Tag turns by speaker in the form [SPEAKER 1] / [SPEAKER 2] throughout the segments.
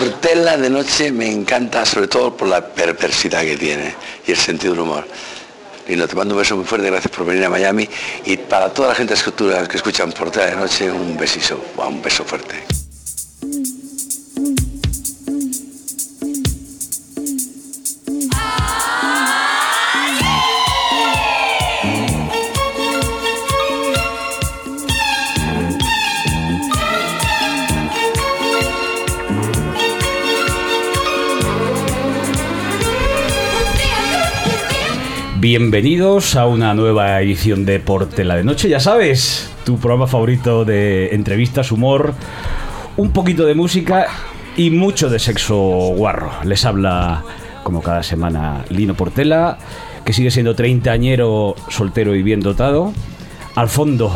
[SPEAKER 1] Portela de noche me encanta, sobre todo por la perversidad que tiene y el sentido del humor. Lindo, te mando un beso muy fuerte, gracias por venir a Miami y para toda la gente escultura que escuchan Portela de noche, un besiso, un beso fuerte.
[SPEAKER 2] Bienvenidos a una nueva edición de Portela de Noche, ya sabes, tu programa favorito de entrevistas, humor, un poquito de música y mucho de sexo guarro. Les habla, como cada semana, Lino Portela, que sigue siendo treintañero, soltero y bien dotado. Al fondo,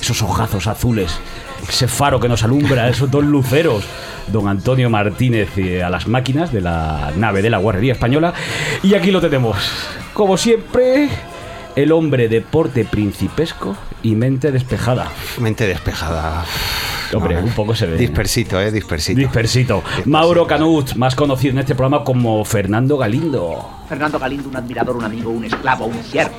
[SPEAKER 2] esos ojazos azules, ese faro que nos alumbra, esos dos luceros, don Antonio Martínez eh, a las máquinas de la nave de la guarrería española. Y aquí lo tenemos, como siempre, el hombre de porte principesco y mente despejada.
[SPEAKER 3] Mente despejada.
[SPEAKER 2] Hombre,
[SPEAKER 3] No,
[SPEAKER 2] un poco se ve.
[SPEAKER 3] Dispersito, eh, dispersito.
[SPEAKER 2] Dispersito. Mauro Canut, más conocido en este programa como Fernando Galindo.
[SPEAKER 4] Fernando Galindo, un admirador, un amigo, un esclavo, un siervo.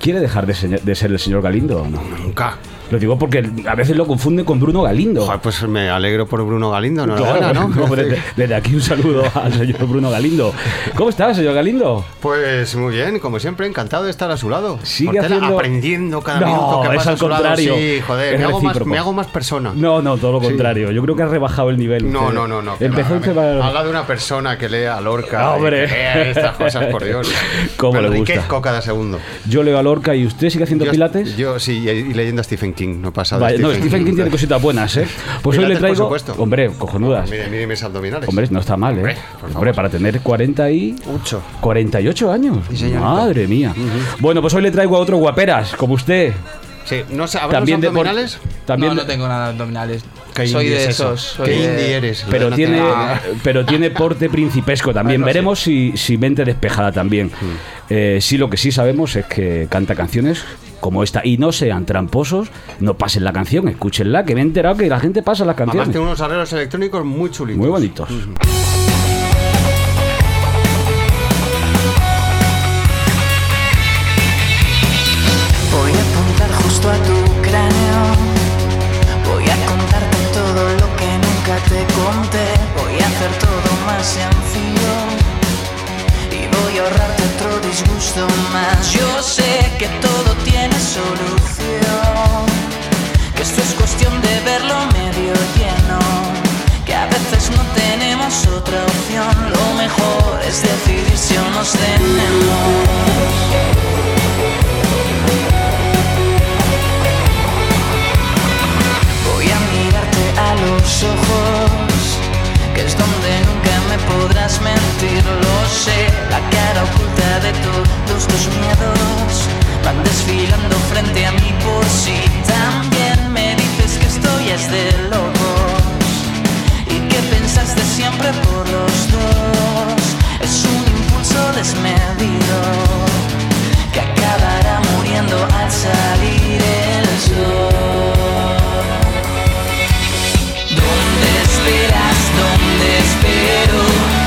[SPEAKER 2] ¿Quiere dejar de, señor- de ser el señor Galindo o no?
[SPEAKER 3] Nunca.
[SPEAKER 2] Lo digo porque a veces lo confunde con Bruno Galindo.
[SPEAKER 3] Joder, pues me alegro por Bruno Galindo, ¿no?
[SPEAKER 2] Claro,
[SPEAKER 3] Enhorabuena, ¿no?
[SPEAKER 2] no, desde, desde aquí un saludo al señor Bruno Galindo. ¿Cómo está, señor Galindo?
[SPEAKER 3] Pues muy bien, como siempre, encantado de estar a su lado.
[SPEAKER 2] Sigue
[SPEAKER 3] Portela,
[SPEAKER 2] haciendo-
[SPEAKER 3] aprendiendo cada
[SPEAKER 2] No,
[SPEAKER 3] minuto que
[SPEAKER 2] es
[SPEAKER 3] pasa
[SPEAKER 2] al
[SPEAKER 3] a su
[SPEAKER 2] contrario.
[SPEAKER 3] lado. Sí, joder,
[SPEAKER 2] Es
[SPEAKER 3] me hago, más,
[SPEAKER 2] recíproco.
[SPEAKER 3] me hago más persona.
[SPEAKER 2] No, no, todo lo
[SPEAKER 3] Sí.
[SPEAKER 2] contrario. Yo creo que ha rebajado el nivel.
[SPEAKER 3] No,
[SPEAKER 2] Usted
[SPEAKER 3] no, no, no. que
[SPEAKER 2] Empezó
[SPEAKER 3] va,
[SPEAKER 2] usted
[SPEAKER 3] va.
[SPEAKER 2] para-
[SPEAKER 3] Habla de una persona que lea a Lorca. y
[SPEAKER 2] Hombre.
[SPEAKER 3] que lea estas cosas, por Dios.
[SPEAKER 2] Cómo
[SPEAKER 3] Me
[SPEAKER 2] le gusta.
[SPEAKER 3] enriquezco cada segundo.
[SPEAKER 2] Yo leo a Lorca y usted sigue haciendo
[SPEAKER 3] Yo-
[SPEAKER 2] pilates.
[SPEAKER 3] Yo sí, y, y leyendo a Stephen King, no pasa de
[SPEAKER 2] Vaya, no, Stephen King tiene cositas buenas, ¿eh? Pues hoy
[SPEAKER 3] Pilates,
[SPEAKER 2] le
[SPEAKER 3] por
[SPEAKER 2] traigo.
[SPEAKER 3] supuesto.
[SPEAKER 2] Hombre, cojonudas.
[SPEAKER 3] Mire, mire mis abdominales.
[SPEAKER 2] Hombre, no está mal, ¿eh?
[SPEAKER 3] Hombre,
[SPEAKER 2] Hombre,
[SPEAKER 3] por favor.
[SPEAKER 2] para tener 40 y...
[SPEAKER 3] Mucho.
[SPEAKER 2] 48 años.
[SPEAKER 3] señorita.
[SPEAKER 2] Madre mía. Bueno, pues hoy le traigo a otro guaperas, como usted.
[SPEAKER 3] Sí, no sé, ¿habrá los
[SPEAKER 2] También de por-
[SPEAKER 3] abdominales?
[SPEAKER 2] También
[SPEAKER 5] No, no tengo nada de abdominales.
[SPEAKER 3] ¿Qué
[SPEAKER 5] soy
[SPEAKER 3] indie
[SPEAKER 5] de
[SPEAKER 3] es eso?
[SPEAKER 5] esos. soy
[SPEAKER 3] ¿Qué
[SPEAKER 5] de-
[SPEAKER 3] indie eres?
[SPEAKER 2] Pero
[SPEAKER 3] No
[SPEAKER 2] tiene,
[SPEAKER 3] tengo-
[SPEAKER 2] pero tiene porte principesco también. Veremos si, si mente despejada también. Eh, sí, lo que sí sabemos es que canta canciones como esta. Y no sean tramposos, no pasen la canción, escúchenla, que me he enterado que la gente pasa las
[SPEAKER 3] Además
[SPEAKER 2] canciones.
[SPEAKER 3] tiene unos arreglos electrónicos muy chulitos.
[SPEAKER 2] Muy bonitos.
[SPEAKER 6] Voy a apuntar justo a tu cráneo. Voy a contarte todo lo que nunca te conté. Voy a hacer todo más sencillo. Y voy a ahorrarte otro disgusto más. Yo sé que todo tiene solución. Que esto es cuestión de verlo medio lleno. Que a veces no tenemos otra opción. Lo mejor es decidir si o nos tenemos. Voy a mirarte a los ojos, que es donde nunca me podrás mentir, lo sé. La cara oculta de todos tus miedos van desfilando frente a mí por si también me dices que esto ya es de locos y que pensaste siempre por los dos. Es un impulso desmedido que acabará muriendo al salir el sol. ¿Dónde esperas? ¿Dónde espero?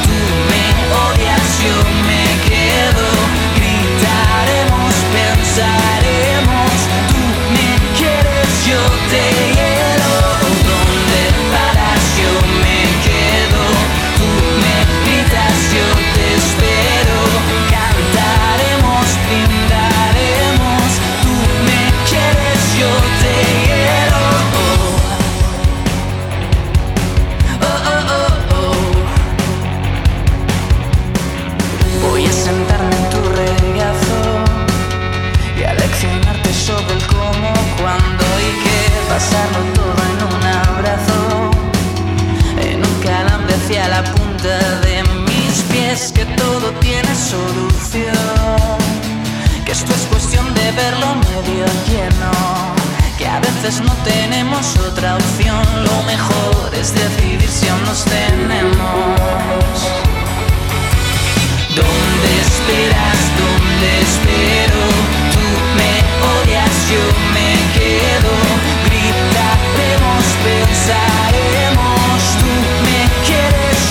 [SPEAKER 6] Tú me odias, yo me quedo. Gritaremos, pensaremos. Tú me quieres, yo te hiero. ¿Dónde paras? Yo me quedo. Tú me gritas, yo te espero. Cantaremos, brindaremos. Tú me quieres, yo te hiero. Oh, oh, oh, oh. Voy a sentarme en tu regazo y a leccionarte sobre el cómo, cuándo y qué. Pasarlo todo en un abrazo, en un calambre hacia la punta de mis pies. Que todo tiene solución que esto es cuestión de verlo medio lleno, que a veces no tenemos otra opción, lo mejor es decidir si aún nos tenemos. ¿Dónde esperas? ¿Dónde espero? Tú me odias, yo me quedo. Gritaremos, pensaremos. Tú me quieres,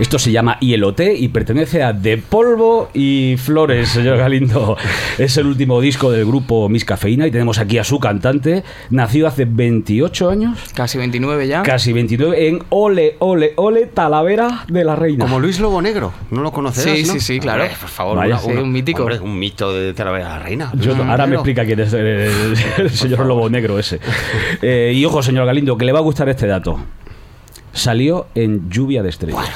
[SPEAKER 2] Esto se llama Hielote y pertenece a De Polvo y Flores, señor Galindo. Es el último disco del grupo Miss Cafeína y tenemos aquí a su cantante, nacido hace 28 años,
[SPEAKER 5] Casi 29 ya.
[SPEAKER 2] casi 29, en Ole, Ole, Ole, Talavera de la Reina.
[SPEAKER 3] Como Luis Lobo Negro, ¿no lo conoces?
[SPEAKER 5] Sí, sí, sí, claro.
[SPEAKER 3] por favor,
[SPEAKER 2] Vaya,
[SPEAKER 5] sí, un mítico.
[SPEAKER 3] hombre, un mito de Talavera de la Reina.
[SPEAKER 2] Yo-
[SPEAKER 3] Luis Lobo
[SPEAKER 2] ahora me
[SPEAKER 3] Negro.
[SPEAKER 2] explica quién es el, el- el señor Lobo Negro ese. Eh, y ojo, señor Galindo, que le va a gustar este dato. Salió en Lluvia de Estrellas.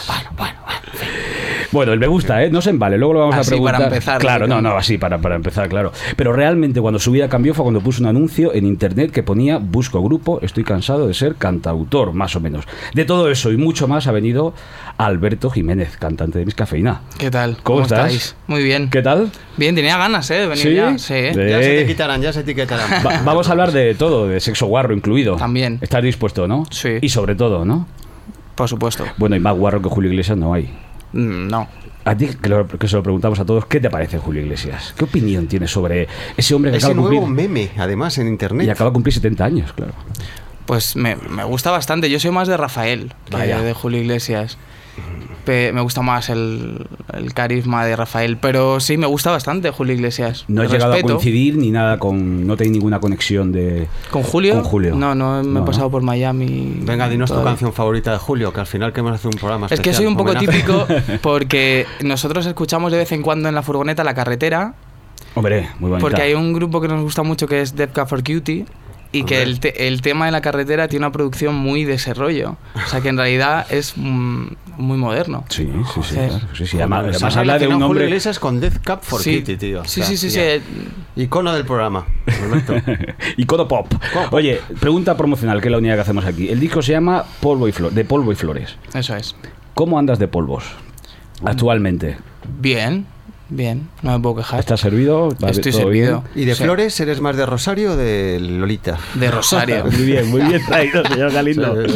[SPEAKER 2] Bueno, el me gusta, ¿eh? No se embale, luego lo vamos a
[SPEAKER 5] Así,
[SPEAKER 2] preguntar.
[SPEAKER 5] para empezar,
[SPEAKER 2] Claro, no,
[SPEAKER 5] ¿no?
[SPEAKER 2] no, así para, para empezar, claro. Pero realmente cuando su vida cambió fue cuando puso un anuncio en internet que ponía Busco grupo, estoy cansado de ser cantautor, más o menos. De todo eso y mucho más ha venido Alberto Jiménez, cantante de Mis Cafeína.
[SPEAKER 5] ¿Qué tal?
[SPEAKER 2] ¿Cómo estás?
[SPEAKER 5] estáis? Muy bien.
[SPEAKER 2] ¿Qué tal?
[SPEAKER 5] Bien, tenía ganas, ¿eh? De venir
[SPEAKER 2] ¿Sí?
[SPEAKER 5] ya. Sí. ¿eh?
[SPEAKER 2] De-
[SPEAKER 3] Ya se
[SPEAKER 2] Eh.
[SPEAKER 3] te quitarán, ya se te quitarán.
[SPEAKER 2] Va- vamos a hablar de todo, de sexo guarro incluido.
[SPEAKER 5] También.
[SPEAKER 2] Estás dispuesto, ¿no?
[SPEAKER 5] Sí.
[SPEAKER 2] Y sobre todo, ¿no?
[SPEAKER 5] Por supuesto.
[SPEAKER 2] Bueno, y más guarro que Julio Iglesias no hay.
[SPEAKER 5] Mm, No.
[SPEAKER 2] A ti, que, lo- que se lo preguntamos a todos, ¿qué te parece Julio Iglesias? ¿Qué opinión tienes sobre ese hombre que
[SPEAKER 3] Ese
[SPEAKER 2] acaba de
[SPEAKER 3] nuevo
[SPEAKER 2] cumplir...
[SPEAKER 3] meme, además, en internet.
[SPEAKER 2] Y acaba de cumplir 70 años, claro.
[SPEAKER 5] Pues me, me gusta bastante. Yo soy más de Rafael que
[SPEAKER 2] Vaya.
[SPEAKER 5] de Julio Iglesias. Pe- me gusta más el, el carisma de Rafael. Pero sí, me gusta bastante Julio Iglesias.
[SPEAKER 2] No
[SPEAKER 5] Le
[SPEAKER 2] has llegado a
[SPEAKER 5] respeto.
[SPEAKER 2] coincidir ni nada con... No tenéis ninguna conexión de...
[SPEAKER 5] ¿Con Julio?
[SPEAKER 2] Con Julio.
[SPEAKER 5] No, no, me
[SPEAKER 2] No,
[SPEAKER 5] he pasado
[SPEAKER 2] ¿no?
[SPEAKER 5] por Miami.
[SPEAKER 3] Venga, dinos tu
[SPEAKER 5] todavía.
[SPEAKER 3] canción favorita de Julio, que al final queremos hacer un programa
[SPEAKER 5] Es que
[SPEAKER 3] especial,
[SPEAKER 5] soy un poco
[SPEAKER 3] homenaje.
[SPEAKER 5] típico porque nosotros escuchamos de vez en cuando en la furgoneta la carretera
[SPEAKER 2] Hombre, muy bonita.
[SPEAKER 5] Porque hay un grupo que nos gusta mucho que es Death Cab for Cutie y que el, te- el tema de la carretera tiene una producción muy de ese rollo. O sea que en realidad es mm, muy moderno.
[SPEAKER 2] Sí, sí, sí.
[SPEAKER 5] Joder. pues
[SPEAKER 2] claro, sí, sí.
[SPEAKER 3] Joder,
[SPEAKER 2] Además,
[SPEAKER 3] se ha
[SPEAKER 2] además habla de
[SPEAKER 3] relacionado Julio
[SPEAKER 2] un hombre...
[SPEAKER 3] Iglesias con Death Cup for
[SPEAKER 5] sí.
[SPEAKER 3] Kitty, tío. O
[SPEAKER 5] Sí,
[SPEAKER 3] sea,
[SPEAKER 5] sí, sí, eh, sí.
[SPEAKER 3] ya. Icono del programa. Alberto.
[SPEAKER 2] Icono pop. Oye, pregunta promocional, que es la unidad que hacemos aquí. El disco se llama Polvo y Flo- De Polvo y Flores.
[SPEAKER 5] Eso es.
[SPEAKER 2] ¿Cómo andas de polvos actualmente?
[SPEAKER 5] Bien, bien. No me puedo quejar.
[SPEAKER 2] ¿Estás servido? ¿Va
[SPEAKER 5] Ah. Estoy
[SPEAKER 2] todo
[SPEAKER 5] servido.
[SPEAKER 2] bien?
[SPEAKER 3] ¿Y de
[SPEAKER 5] Sí.
[SPEAKER 3] Flores eres más de Rosario o de Lolita?
[SPEAKER 5] De Rosario.
[SPEAKER 2] Muy bien, muy bien traído, señor Galindo.
[SPEAKER 3] Sí,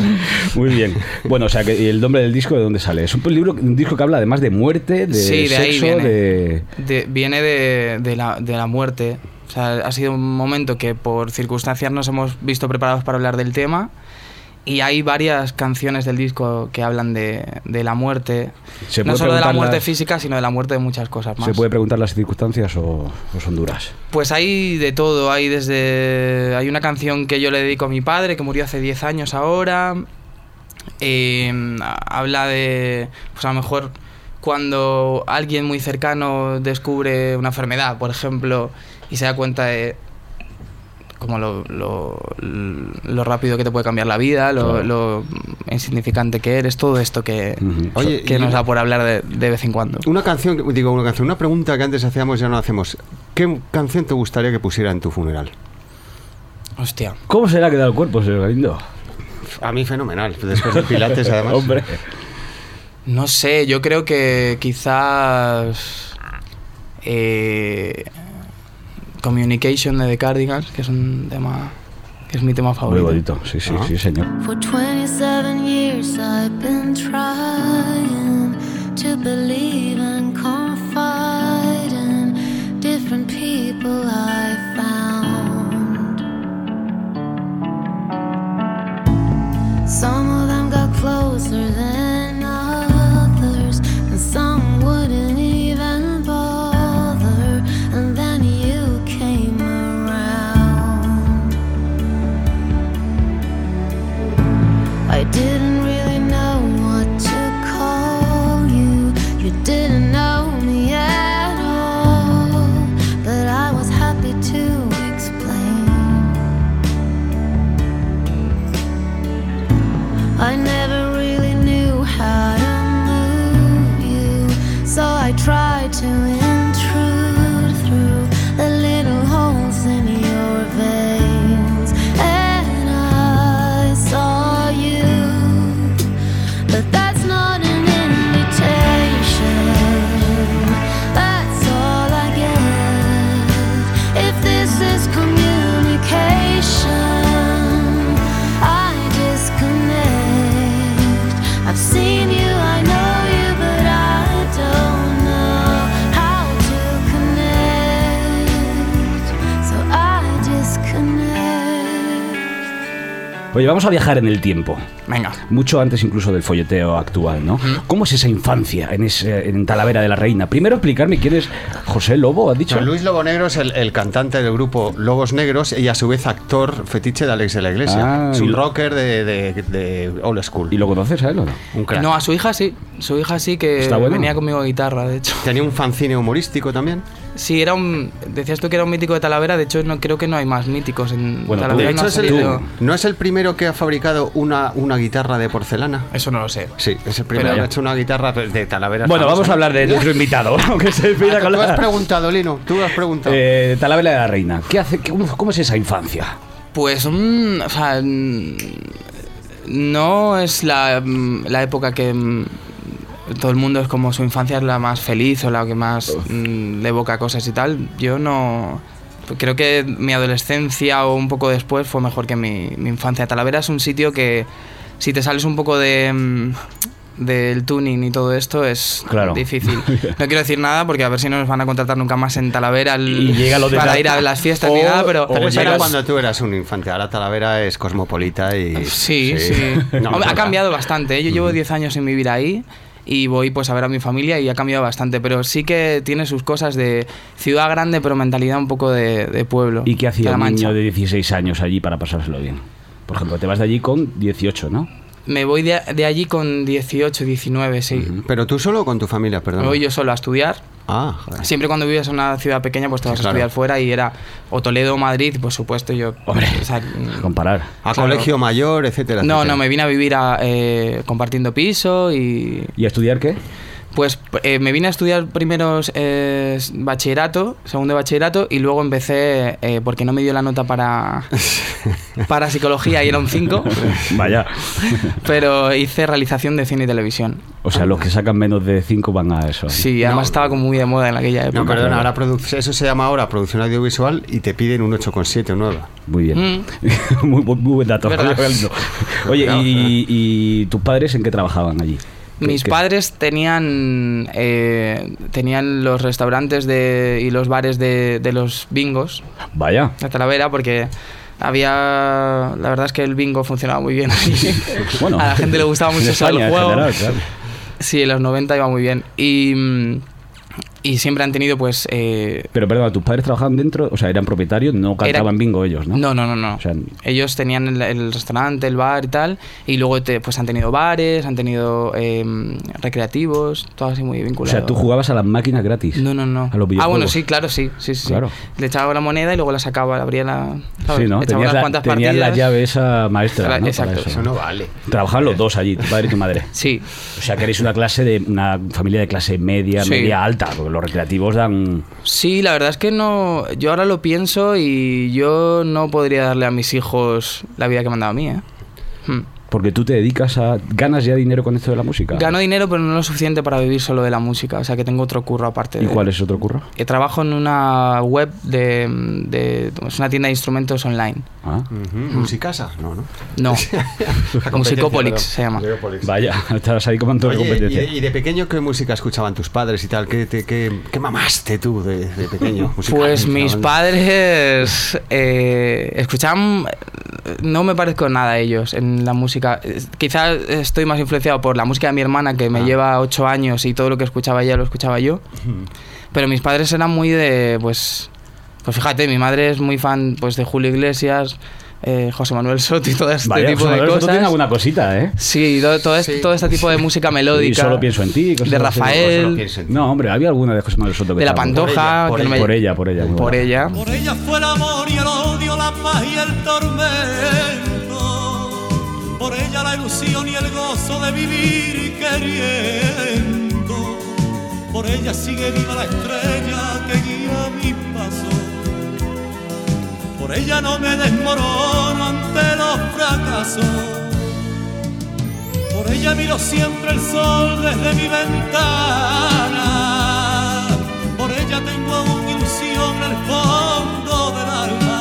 [SPEAKER 3] sí,
[SPEAKER 2] Muy bien. Bueno, o sea, que ¿y el nombre del disco de dónde sale? Es un libro, un disco que habla además de muerte, de
[SPEAKER 5] Sí, de ahí
[SPEAKER 2] sexo,
[SPEAKER 5] viene.
[SPEAKER 2] de...
[SPEAKER 5] De- viene de, de la, de la muerte. O sea, ha sido un momento que por circunstancias nos hemos visto preparados para hablar del tema. Y hay varias canciones del disco que hablan de, de la muerte.
[SPEAKER 2] ¿Se
[SPEAKER 5] no
[SPEAKER 2] puede
[SPEAKER 5] solo de la
[SPEAKER 2] preguntar
[SPEAKER 5] muerte
[SPEAKER 2] las-
[SPEAKER 5] física, sino de la muerte de muchas cosas más.
[SPEAKER 2] ¿Se puede preguntar las circunstancias o, o son duras?
[SPEAKER 5] Pues hay de todo, hay desde hay una canción que yo le dedico a mi padre que murió hace 10 años ahora. Eh, habla de pues a lo mejor cuando alguien muy cercano descubre una enfermedad, por ejemplo, y se da cuenta de como lo, lo- lo rápido que te puede cambiar la vida, lo,
[SPEAKER 2] Claro.
[SPEAKER 5] lo insignificante que eres, todo esto que,
[SPEAKER 2] Ujú.
[SPEAKER 3] Oye,
[SPEAKER 5] que
[SPEAKER 3] y-
[SPEAKER 5] nos da por hablar de, de vez en cuando.
[SPEAKER 3] Una canción, digo una canción, una pregunta que antes hacíamos ya no hacemos. ¿Qué canción te gustaría que pusiera en tu funeral?
[SPEAKER 5] Hostia.
[SPEAKER 2] ¿Cómo será que da el cuerpo, señor Galindo?
[SPEAKER 3] A mí fenomenal, después de Pilates además.
[SPEAKER 2] Hombre.
[SPEAKER 5] No sé, yo creo que quizás. eh, Communication de The Cardigans, que es un tema. que es mi tema
[SPEAKER 2] Muy
[SPEAKER 5] favorito.
[SPEAKER 2] bonito, sí, sí,
[SPEAKER 3] Ah.
[SPEAKER 2] sí, señor.
[SPEAKER 7] For 27 years I've been trying to believe and confide in different people I found. Some of them got closer than others, and some wouldn't even bother. And then you came around. I didn't really know what to call you. You didn't know me at all. But I was happy to explain. I never really knew how to move you. So I tried to intrude through the little holes in your veins. And I saw you. But that's not an invitation. That's all I get. If this is communication, I disconnect. I've seen you, I know you, but I don't know how
[SPEAKER 2] Oye, vamos a viajar en el tiempo.
[SPEAKER 5] Venga.
[SPEAKER 2] Mucho antes incluso del folleteo actual, ¿no? ¿Cómo es esa infancia en, ese, en Talavera de la Reina? Primero explicarme quién es José Lobo, has dicho.
[SPEAKER 3] Don Luis Lobo Negro es el, el cantante del grupo Lobos Negros y a su vez actor fetiche de Alex de la Iglesia.
[SPEAKER 2] Ah,
[SPEAKER 3] es
[SPEAKER 2] y
[SPEAKER 3] un
[SPEAKER 2] lo-
[SPEAKER 3] rocker de, de- de old school.
[SPEAKER 2] ¿Y lo conoces a él o no?
[SPEAKER 3] un crack.
[SPEAKER 5] No, a su hija sí. Su hija sí que
[SPEAKER 2] Está bueno.
[SPEAKER 5] venía conmigo a guitarra, de hecho.
[SPEAKER 3] Tenía un fanzine humorístico también.
[SPEAKER 5] Sí, era un. Decías tú que era un mítico de Talavera, de hecho no creo que no hay más míticos en
[SPEAKER 2] Bueno,
[SPEAKER 5] Talavera.
[SPEAKER 3] De
[SPEAKER 2] Pero
[SPEAKER 5] no
[SPEAKER 3] hecho,
[SPEAKER 5] ha
[SPEAKER 3] es el-
[SPEAKER 5] salido-
[SPEAKER 3] ¿no es el primero que ha fabricado una, una guitarra de porcelana?
[SPEAKER 5] Eso no lo sé.
[SPEAKER 3] Sí, es el primero
[SPEAKER 5] Pero-
[SPEAKER 3] que ha hecho una guitarra de Talavera. ¿eh?
[SPEAKER 2] Bueno, vamos a hablar de nuestro invitado, aunque se pida
[SPEAKER 3] Ah, Tú
[SPEAKER 2] con la-
[SPEAKER 3] has preguntado, Lino, tú has preguntado.
[SPEAKER 2] Eh, Talavera de la Reina. ¿Qué hace? qué- ¿Cómo es esa infancia?
[SPEAKER 5] Pues, mm, o sea, mm, no es la, mm, la época que mm, todo el mundo es como su infancia es la más feliz o la que más mm, le evoca cosas y tal. Yo no. Creo que mi adolescencia o un poco después fue mejor que mi, mi infancia. Talavera es un sitio que, si te sales un poco de. mm, del tuning y todo esto es
[SPEAKER 2] Claro.
[SPEAKER 5] difícil. No quiero decir nada porque a ver si no nos van a contratar nunca más en Talavera el-
[SPEAKER 2] Y llega lo de
[SPEAKER 5] para
[SPEAKER 2] la-
[SPEAKER 5] ir a las fiestas
[SPEAKER 2] o-
[SPEAKER 5] ni nada, pero,
[SPEAKER 2] o
[SPEAKER 3] Pero eso era
[SPEAKER 2] llegas-
[SPEAKER 3] cuando tú eras un infante. Ahora Talavera es cosmopolita y.
[SPEAKER 2] Pues
[SPEAKER 5] Sí, sí.
[SPEAKER 3] No,
[SPEAKER 5] Hombre,
[SPEAKER 3] no,
[SPEAKER 5] ha
[SPEAKER 3] no.
[SPEAKER 5] cambiado bastante. ¿eh? Yo llevo 10 años en vivir ahí y voy pues a ver a mi familia y ha cambiado bastante. Pero sí que tiene sus cosas de ciudad grande, pero mentalidad un poco de, de pueblo.
[SPEAKER 2] ¿Y qué
[SPEAKER 5] de
[SPEAKER 2] hacía
[SPEAKER 5] la
[SPEAKER 2] un
[SPEAKER 5] Mancha.
[SPEAKER 2] niño de 16 años allí para pasárselo bien? Por ejemplo, te vas de allí con 18, ¿no?
[SPEAKER 5] Me voy de, de allí con 18, 19, sí.
[SPEAKER 3] Pero tú solo o con tu familia, perdón.
[SPEAKER 5] Me voy yo solo a estudiar.
[SPEAKER 3] Ah, joder.
[SPEAKER 5] Siempre cuando vives en una ciudad pequeña, pues te vas
[SPEAKER 3] Sí, claro.
[SPEAKER 5] a estudiar fuera y era o Toledo o Madrid, por supuesto, yo...
[SPEAKER 2] Hombre,
[SPEAKER 5] o sea,
[SPEAKER 3] Mm.
[SPEAKER 2] comparar.
[SPEAKER 3] A
[SPEAKER 5] Claro.
[SPEAKER 3] colegio mayor, etcétera.
[SPEAKER 5] no,
[SPEAKER 3] etcétera.
[SPEAKER 5] no, me vine a vivir a, eh, compartiendo piso y,
[SPEAKER 2] ¿Y a estudiar qué?
[SPEAKER 5] Pues eh, me vine a estudiar primero eh, bachillerato, segundo de bachillerato, y luego empecé, eh, porque no me dio la nota para, para psicología y era un 5,
[SPEAKER 2] Vaya.
[SPEAKER 5] pero hice realización de cine y televisión.
[SPEAKER 2] O sea, los que sacan menos de 5 van a eso.
[SPEAKER 5] Sí, además estaba como muy de moda en aquella época.
[SPEAKER 3] No, perdona, ahora produc- eso se llama ahora producción audiovisual y te piden un 8,7 o 9. Mm.
[SPEAKER 2] Muy
[SPEAKER 5] Mm.
[SPEAKER 2] bien. muy, bu- muy buen dato.
[SPEAKER 5] ¿Verdad?
[SPEAKER 2] Oye,
[SPEAKER 3] Claro,
[SPEAKER 2] y, y tus padres en qué trabajaban allí? ¿Qué-
[SPEAKER 5] Mis
[SPEAKER 2] qué-
[SPEAKER 5] padres tenían, eh, tenían los restaurantes de, y los bares de, de los bingos
[SPEAKER 2] Vaya.
[SPEAKER 5] de Talavera, porque había. La verdad es que el bingo funcionaba muy bien. allí.
[SPEAKER 2] Bueno,
[SPEAKER 5] a la gente le gustaba
[SPEAKER 2] en
[SPEAKER 5] mucho eso del
[SPEAKER 2] España en
[SPEAKER 5] juego.
[SPEAKER 2] general, claro.
[SPEAKER 5] Sí, en los 90 iba muy bien. Y, mm, y siempre han tenido, pues. eh,
[SPEAKER 2] Pero perdona, tus padres trabajaban dentro, o sea, eran propietarios, no
[SPEAKER 5] Era-
[SPEAKER 2] cantaban bingo ellos, ¿no?
[SPEAKER 5] no, no, no, no.
[SPEAKER 2] O sea,
[SPEAKER 5] Ellos tenían el, el restaurante, el bar y tal. Y luego te- pues han tenido bares, han tenido eh, recreativos, todo así muy
[SPEAKER 2] o
[SPEAKER 5] vinculado.
[SPEAKER 2] sea, tú jugabas a las máquinas gratis.
[SPEAKER 5] No, no,
[SPEAKER 2] A
[SPEAKER 5] no.
[SPEAKER 2] los
[SPEAKER 5] ah,
[SPEAKER 2] videojuegos.
[SPEAKER 5] bueno, sí, claro, sí. sí, sí.
[SPEAKER 2] Claro.
[SPEAKER 5] Le echaba la moneda y luego la sacaba, la abría la. ¿sabes?
[SPEAKER 2] Sí, ¿no?
[SPEAKER 5] Le echaba
[SPEAKER 2] Tenías,
[SPEAKER 5] unas
[SPEAKER 2] la,
[SPEAKER 5] cuantas
[SPEAKER 2] tenías la
[SPEAKER 5] partidas.
[SPEAKER 2] llave esa maestra,
[SPEAKER 5] Claro,
[SPEAKER 2] ¿no? Para
[SPEAKER 5] exacto.
[SPEAKER 2] eso.
[SPEAKER 3] Eso no vale.
[SPEAKER 2] Trabajaban los dos allí, tu padre y tu madre.
[SPEAKER 5] Sí,
[SPEAKER 2] O sea, que eres una clase de una familia de clase media,
[SPEAKER 5] Sí.
[SPEAKER 2] media alta, porque los recreativos dan
[SPEAKER 5] Sí, la verdad es que no. Yo ahora lo pienso y yo no podría darle a mis hijos la vida que me han dado a mí. ¿eh? Hmm.
[SPEAKER 2] porque tú te dedicas a ganas ya dinero con esto de la música.
[SPEAKER 5] Gano dinero, pero no lo suficiente para vivir solo de la música. O sea que tengo otro curro aparte.
[SPEAKER 2] ¿Y
[SPEAKER 5] de-
[SPEAKER 2] cuál es otro curro?
[SPEAKER 5] Eh, trabajo en una web de, de- Es una tienda de instrumentos online.
[SPEAKER 2] Ah,
[SPEAKER 3] ¿Musicasa? No, no.
[SPEAKER 5] No.
[SPEAKER 3] La competencia,
[SPEAKER 5] Musicopolis se
[SPEAKER 3] perdón.
[SPEAKER 5] llama.
[SPEAKER 3] Musicopolis.
[SPEAKER 2] vaya, estarás ahí como en toda la
[SPEAKER 3] Oye, ¿y,
[SPEAKER 2] competencia.
[SPEAKER 3] de, y de pequeño qué música escuchaban tus padres y tal? ¿Qué, te- qué- qué mamaste tú de, de pequeño?
[SPEAKER 5] Pues
[SPEAKER 3] musicalmente
[SPEAKER 5] mis
[SPEAKER 3] hablando?
[SPEAKER 5] padres eh, escuchaban... No me parezco en nada a ellos en la música. Quizás estoy más influenciado por la música de mi hermana que
[SPEAKER 2] Ah.
[SPEAKER 5] me lleva ocho años y todo lo que escuchaba ella lo escuchaba yo. Pero mis padres eran muy de... Pues, pues fíjate, mi madre es muy fan pues, de Julio Iglesias, eh, José Manuel Soto y todo este
[SPEAKER 2] vaya,
[SPEAKER 5] tipo
[SPEAKER 2] José
[SPEAKER 5] de
[SPEAKER 2] Manuel Soto
[SPEAKER 5] cosas.
[SPEAKER 2] tiene alguna cosita, ¿eh?
[SPEAKER 5] Sí, todo, todo, este- todo este tipo de música melódica.
[SPEAKER 2] Y solo pienso en ti. cosas
[SPEAKER 5] De
[SPEAKER 2] así.
[SPEAKER 5] Rafael.
[SPEAKER 3] Solo pienso en ti.
[SPEAKER 2] No, hombre, había alguna de José Manuel Soto que
[SPEAKER 5] De la
[SPEAKER 2] estaba-
[SPEAKER 5] Pantoja.
[SPEAKER 3] Por
[SPEAKER 5] que
[SPEAKER 3] ella,
[SPEAKER 5] no me-
[SPEAKER 2] Por ella, por ella. muy
[SPEAKER 5] Por
[SPEAKER 2] buena.
[SPEAKER 5] ella.
[SPEAKER 8] Por ella fue el amor y el odio, la paz y el tormento. Por ella la ilusión y el gozo de vivir queriendo. Por ella sigue viva la estrella que guía mi paso. Por ella no me desmorono ante los fracasos. Por ella miro siempre el sol desde mi ventana. Por ella tengo aún ilusión en el fondo del alma.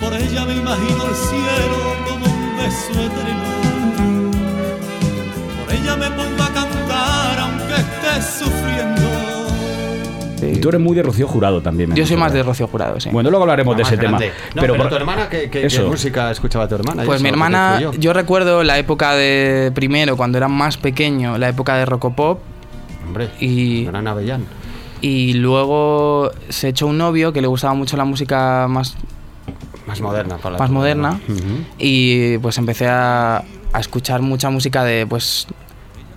[SPEAKER 8] Por ella me imagino el cielo como un beso eterno. Por ella me pongo a cantar aunque esté sufriendo.
[SPEAKER 5] Sí.
[SPEAKER 2] tú eres muy de Rocío Jurado también. me
[SPEAKER 5] Yo
[SPEAKER 2] han
[SPEAKER 5] soy
[SPEAKER 2] dicho,
[SPEAKER 5] más de
[SPEAKER 2] ¿verdad?
[SPEAKER 5] Rocío Jurado, sí.
[SPEAKER 2] Bueno, luego hablaremos de ese tema.
[SPEAKER 3] No, pero,
[SPEAKER 2] por-
[SPEAKER 3] tu hermana, ¿qué, qué- qué
[SPEAKER 2] Eso.
[SPEAKER 3] música escuchaba tu hermana?
[SPEAKER 5] Pues
[SPEAKER 3] Eso, ¿qué te
[SPEAKER 5] mi hermana,
[SPEAKER 3] influyó?
[SPEAKER 5] yo recuerdo la época de primero, cuando era más pequeño, la época de Rocopop,
[SPEAKER 3] Hombre,
[SPEAKER 5] y-
[SPEAKER 3] Gran Avellán.
[SPEAKER 5] y luego se echó un novio que le gustaba mucho la música más,
[SPEAKER 3] Más moderna. Para
[SPEAKER 5] más
[SPEAKER 3] tu
[SPEAKER 5] moderna,
[SPEAKER 3] hermana.
[SPEAKER 5] y pues empecé a, a escuchar mucha música de, pues,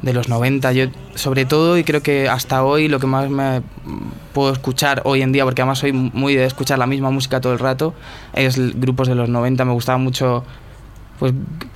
[SPEAKER 5] de los 90, yo sobre todo, y creo que hasta hoy lo que más me puedo escuchar hoy en día, porque además soy muy de escuchar la misma música todo el rato, es l- grupos de los 90, me gustaba mucho, pues